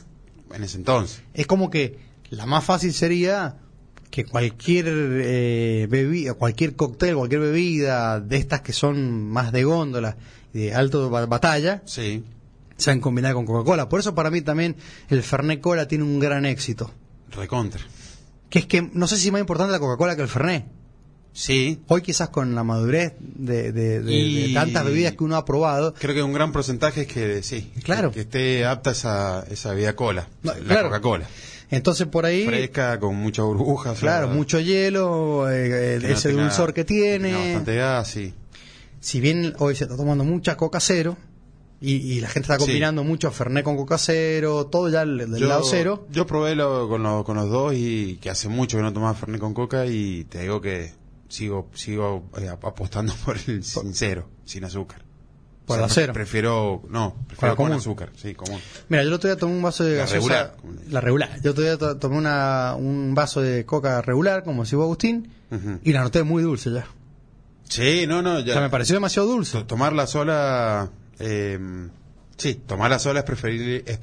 S3: En ese entonces.
S4: es como que la más fácil sería que cualquier eh, bebida, cualquier cóctel, cualquier bebida de estas que son más de góndola, de alto ba- batalla,
S3: Sí.
S4: se han combinado con Coca-Cola. Por eso para mí también el Fernet Cola tiene un gran éxito.
S3: Recontra.
S4: Que es que no sé si es más importante la Coca-Cola que el Fernet.
S3: Sí,
S4: Hoy quizás con la madurez de, de- de- de
S3: Y-
S4: tantas bebidas que uno ha probado.
S3: creo que un gran porcentaje es que sí,
S4: Claro.
S3: que, que esté apta esa, esa vida cola,
S4: No,
S3: la
S4: claro.
S3: Coca-Cola,
S4: Entonces por ahí,
S3: fresca, con muchas burbujas.
S4: claro,
S3: ¿verdad?
S4: mucho hielo, eh, eh,
S3: Que no
S4: ese
S3: tenga-
S4: dulzor que
S3: tenga
S4: tiene.
S3: Bastante gas, sí.
S4: si bien hoy se está tomando mucha coca cero y, y la gente está
S3: Sí.
S4: combinando mucho Fernet con coca cero, todo ya del, del lado cero.
S3: Yo probé lo- con, lo- con los dos y que hace mucho que no tomaba Fernet con Coca y te digo que sigo sigo eh, ap- apostando por el sincero, sin azúcar.
S4: Por el
S3: pre-
S4: cero.
S3: Prefiero, no, prefiero con
S4: común.
S3: azúcar, sí, común.
S4: Mira, yo el otro día tomé un vaso de
S3: La
S4: gaseosa-
S3: regular, como le dicen.
S4: La regular. Yo el otro día to- tomé una- un vaso de coca regular, como si vos Agustín,
S3: Ujú.
S4: y la noté muy dulce ya.
S3: Sí, no, no,
S4: O
S3: ya.
S4: sea, me pareció demasiado
S3: to-
S4: dulce.
S3: tomarla sola, eh, sí, tomarla sola es preferible, es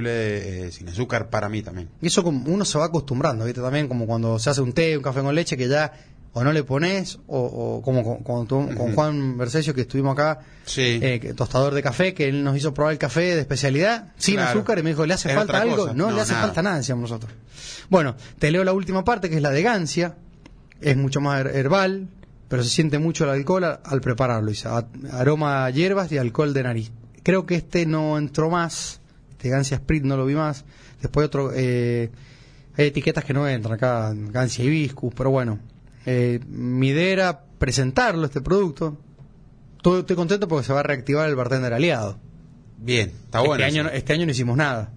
S3: preferible eh, sin azúcar para mí también.
S4: Y eso como uno se va acostumbrando, ¿viste? También como cuando se hace un té, un café con leche, que ya o no le pones, o, o como con, con tu- con Juan Bercesio, que estuvimos acá,
S3: Sí.
S4: eh, que- tostador de café, que él nos hizo probar el café de especialidad, sin
S3: Claro.
S4: azúcar, y me dijo, ¿le hace
S3: Es
S4: falta
S3: otra
S4: algo?
S3: cosa.
S4: No,
S3: No,
S4: le hace
S3: nada.
S4: falta nada, decíamos nosotros. Bueno, te leo la última parte, que es la de Gancia, es mucho más her- herbal, pero se siente mucho el alcohol a- al prepararlo, dice, a- aroma a hierbas y alcohol de nariz. Creo que este no entró más, este Gancia Sprit no lo vi más, después otro, eh, hay etiquetas que no entran acá, Gancia Hibiscus, pero bueno, eh, mi idea era presentarlo, este producto, Estoy, estoy contento porque se va a reactivar el bartender aliado.
S3: Bien, está Ah, bueno.
S4: este, año,
S3: eso.
S4: no- este año no hicimos nada.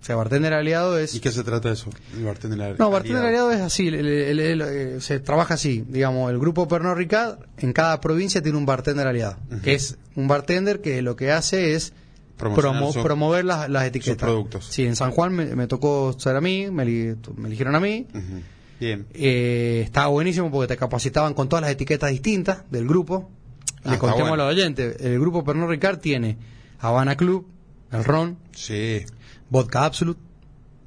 S4: O sea, bartender aliado es...
S3: ¿Y qué se trata eso? El bartender
S4: No, bartender aliado es así, el- el- el- el- eh, se trabaja así. Digamos, el grupo Pernod Ricard en cada provincia tiene un bartender aliado, que es un bartender que lo que hace es
S3: Promocionar
S4: promo-
S3: su-
S4: promover las, las etiquetas.
S3: productos.
S4: Sí, en San Juan me, me tocó ser a mí, me, eli- me eligieron a mí.
S3: Ujú. Bien.
S4: Eh, estaba buenísimo porque te capacitaban con todas las etiquetas distintas del grupo.
S3: Ah,
S4: Le
S3: está
S4: contemos
S3: bueno.
S4: a los oyentes. El grupo Pernod Ricard tiene Habana Club, el Ron,
S3: Sí,
S4: Vodka Absolute,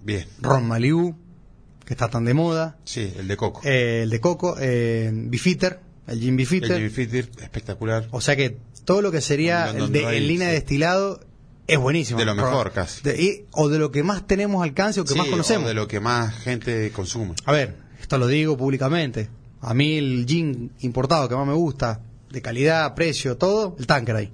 S3: bien.
S4: Ron Malibu, que está tan de moda,
S3: Sí, el de coco.
S4: eh, el de Coco, eh, Bifiter, el Gin
S3: el Jimmy
S4: Bifiter.
S3: Fitter, espectacular.
S4: O sea que todo lo que sería
S3: Donde-
S4: el
S3: donde
S4: de-
S3: hay,
S4: en línea de
S3: sí.
S4: destilado es buenísimo.
S3: De lo mejor, casi.
S4: De- y- o de lo que más tenemos alcance o que
S3: Sí,
S4: más conocemos.
S3: o de lo que más gente consume.
S4: A ver, esto lo digo públicamente. A mí el gin importado que más me gusta, de calidad, precio, todo, el Tanqueray.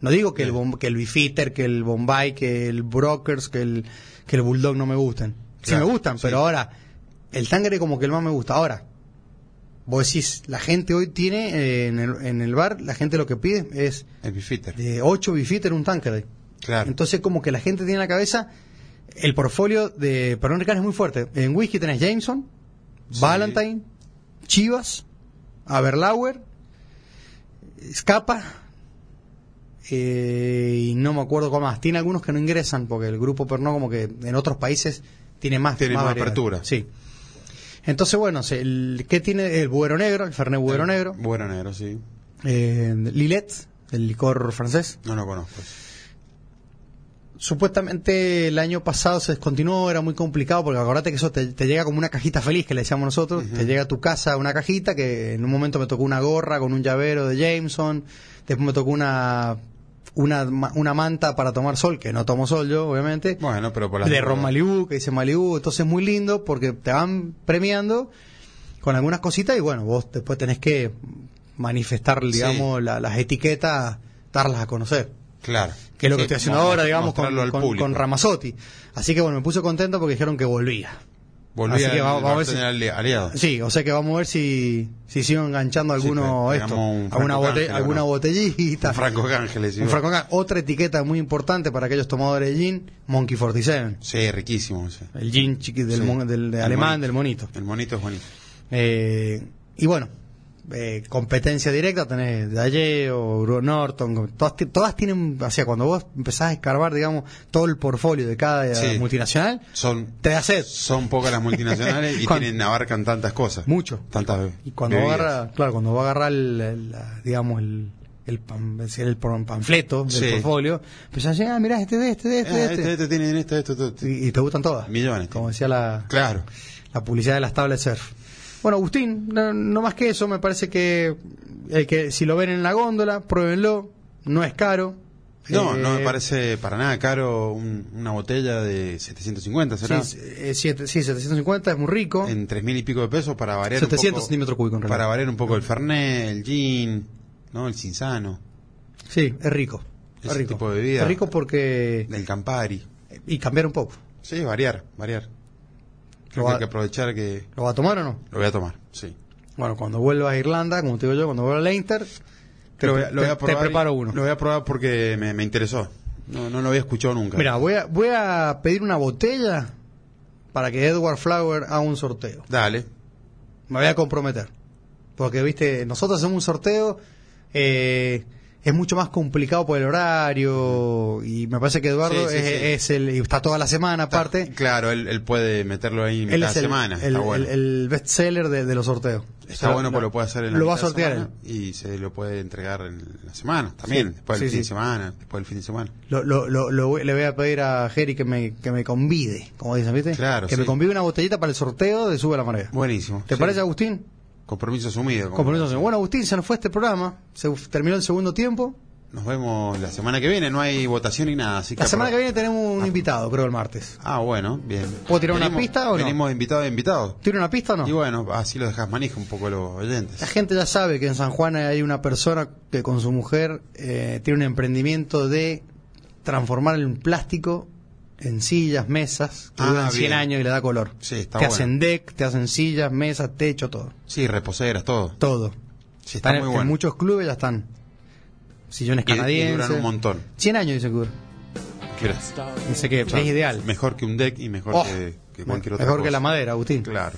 S4: No digo que el,
S3: Bien.
S4: Bom- que el Bifitter, que el Bombay, que el Brokers, que el, que el Bulldog no me gusten. Sí
S3: Claro,
S4: me gustan,
S3: sí.
S4: pero ahora, el Tanqueray como que el más me gusta. Ahora, vos decís, la gente hoy tiene eh, en, el, en el bar, la gente lo que pide es
S3: El Bifitter.
S4: de 8 Bifitter un Tanqueray.
S3: Claro.
S4: Entonces, como que la gente tiene en la cabeza, el portfolio de Pernod Ricard es muy fuerte. En whisky tenés Jameson,
S3: Sí.
S4: Valentine, Chivas, Aberlauer, Scapa, eh, y no me acuerdo cuál más. Tiene algunos que no ingresan, porque el grupo Pernod, como que en otros países, tiene más,
S3: Tiene más
S4: variedad.
S3: apertura.
S4: Sí. Entonces, bueno, se- el, ¿qué tiene el Buero Negro, el Fernet Buero Negro?
S3: Bueno, negro, sí.
S4: Eh, Lillet, el licor francés.
S3: No lo conozco.
S4: Supuestamente el año pasado se descontinuó, era muy complicado, porque acordate que eso te, te llega como una cajita feliz, que le decíamos nosotros, te llega a tu casa una cajita, que en un momento me tocó una gorra con un llavero de Jameson, después me tocó una, una, ma- una manta para tomar sol, que no tomo sol yo, obviamente,
S3: Bueno, pero por las
S4: de
S3: dudas.
S4: Ron Malibu, que dice Malibu, entonces muy lindo, porque te van premiando con algunas cositas y bueno, vos después tenés que manifestar, digamos, la- las etiquetas, darlas a conocer
S3: Claro.
S4: que es lo que
S3: Sí,
S4: estoy haciendo
S3: mo-
S4: ahora, digamos, con,
S3: mostrarlo al
S4: con,
S3: público.
S4: con Ramazzotti. Así que bueno, me puse contento porque dijeron que volvía.
S3: Volví
S4: Así
S3: al
S4: que vamos- vamos a ver si-
S3: bartender ali- aliado.
S4: Sí, o sea que vamos a ver si, si sigo enganchando
S3: Sí,
S4: alguno
S3: pero
S4: esto,
S3: digamos un
S4: alguna,
S3: Franco
S4: bote-
S3: Ángel,
S4: alguna
S3: ¿no?
S4: botellita.
S3: Un Franco Ángeles. sí.
S4: Un Franco Ángel. Otra etiqueta muy importante para aquellos tomadores de gin, Monkey 47.
S3: Sí, riquísimo. sí.
S4: El gin chiqui del,
S3: Sí.
S4: mon- del- de
S3: El
S4: alemán,
S3: monito.
S4: del monito.
S3: El monito es bonito.
S4: Eh, y bueno, eh, competencia directa tenés Dalleo, Gru- Norton, con- todas, ti- todas tienen, o sea, cuando vos empezás a escarbar, digamos, todo el portfolio de cada
S3: Sí.
S4: multinacional,
S3: Son,
S4: te da sed.
S3: son pocas las multinacionales y
S4: Cuando-
S3: tienen, abarcan tantas cosas.
S4: Mucho.
S3: Tantas
S4: Y cuando va a
S3: bebidas.
S4: agarrar, claro, cuando va a agarrar el, el, la- digamos el el, pan- es el pan- panfleto del
S3: Sí.
S4: portfolio, pues ya llega, mirá, este de este, de este, de
S3: Ah,
S4: este.
S3: este, este tiene esto, esto, esto.
S4: Y, y te gustan todas.
S3: Millones.
S4: Como decía la,
S3: Claro.
S4: la publicidad de las tablas de surf. Bueno, Agustín, no, no más que eso, me parece que, el que si lo ven en la góndola, pruébenlo, no es caro,
S3: No,
S4: Eh,
S3: no me parece para nada caro un- una botella de 750, ¿será?
S4: Sí, eh, siete- sí, 750 es muy rico.
S3: En 3.000 y pico de pesos para variar
S4: 700
S3: un poco,
S4: centímetros cúbicos, en realidad. Ah.
S3: Para variar un poco el Fernet, el gin, ¿no? El Cinsano,
S4: Sí, es rico. Es
S3: Ese
S4: rico.
S3: tipo de bebida.
S4: Es rico porque...
S3: el Campari.
S4: Y cambiar un poco.
S3: Sí, variar, variar. Creo
S4: Lo
S3: que
S4: va-
S3: hay que aprovechar que
S4: ¿Lo va a tomar o no?
S3: lo voy a tomar, sí.
S4: Bueno, cuando vuelvas a Irlanda, como te digo yo, cuando vuelvas a Leinster, te,
S3: Lo voy a- lo voy
S4: te-
S3: a
S4: te
S3: probar y-
S4: preparo uno.
S3: Lo voy a probar porque me, me interesó. No, no lo había escuchado nunca.
S4: Mira, voy a, voy a pedir una botella para que Edward Flower haga un sorteo.
S3: Dale.
S4: Me voy a comprometer. Porque, viste, nosotros hacemos un sorteo, eh, es mucho más complicado por el horario, y me parece que Eduardo
S3: Sí, sí,
S4: es,
S3: sí.
S4: es el, y está toda la semana
S3: Está-
S4: aparte.
S3: claro, él, él puede meterlo ahí en
S4: él
S3: mitad
S4: es
S3: de
S4: el,
S3: semana.
S4: el-
S3: está bueno.
S4: el- el bestseller de, de los sorteos.
S3: Está
S4: O sea,
S3: bueno, pues lo puede hacer en la
S4: Lo va a
S3: mitad de
S4: sortear él.
S3: semana Y se lo puede entregar en la semana también. Después del
S4: Sí,
S3: fin de
S4: sí.
S3: semana. Después del fin de semana.
S4: Lo, lo, lo, lo voy- le voy a pedir a Jerry que me, que me convide, como dicen, ¿viste?
S3: Claro,
S4: que
S3: sí.
S4: me convide una botellita para el sorteo de Sube la Marea.
S3: Buenísimo.
S4: ¿Te
S3: Sí.
S4: parece, Agustín?
S3: Compromiso asumido.
S4: Compromiso. Bueno, Agustín, se nos fue este programa. Se terminó el segundo tiempo.
S3: Nos vemos la semana que viene. No hay votación ni nada. Así
S4: La semana que
S3: apro-
S4: viene tenemos un invitado, creo, el martes.
S3: Ah, bueno, bien.
S4: ¿Puedo tirar una pista o no?
S3: Venimos invitados e invitados.
S4: ¿Tiene una pista o no?
S3: Y bueno, así lo dejas manejo un poco los oyentes.
S4: La gente ya sabe que en San Juan hay una persona que con su mujer eh, tiene un emprendimiento de transformar el plástico en sillas, mesas, que
S3: Ah,
S4: duran 100
S3: bien.
S4: años y le da color.
S3: Sí, está
S4: te
S3: bueno.
S4: hacen deck, te hacen sillas, mesas, techo, todo.
S3: Sí, reposeras, todo.
S4: Todo.
S3: Sí, está
S4: en,
S3: muy bueno.
S4: en muchos clubes ya están. Sillones
S3: Y- y
S4: canadienses.
S3: duran un montón.
S4: 100 años dice que dura.
S3: Mira,
S4: Dice que es ideal.
S3: Mejor que un deck y mejor
S4: Oh,
S3: que, que cualquier otra
S4: mejor que
S3: cosa.
S4: la madera, Agustín.
S3: Claro.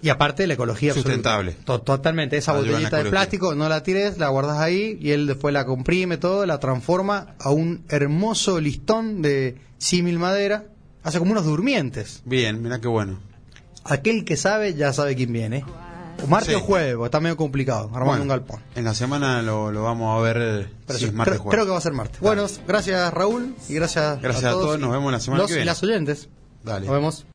S4: Y aparte la ecología absoluta.
S3: Sustentable.
S4: To- totalmente. Esa
S3: Ayuda en la
S4: botellita de
S3: ecología.
S4: plástico no la tires, la guardas ahí y él después la comprime todo, la transforma a un hermoso listón de símil madera. Hace como unos durmientes.
S3: Bien, mira qué bueno.
S4: Aquel que sabe ya sabe quién viene. O martes o
S3: Sí.
S4: jueves, porque está medio complicado. Armando
S3: Bueno,
S4: un galpón.
S3: En la semana lo, lo vamos a ver eh,
S4: Pero
S3: si
S4: sí,
S3: es martes
S4: creo,
S3: jueves.
S4: creo que va a ser martes. Bueno, gracias Raúl y gracias,
S3: Gracias a todos, nos vemos la semana
S4: los
S3: que viene.
S4: y las oyentes.
S3: Dale.
S4: Nos vemos.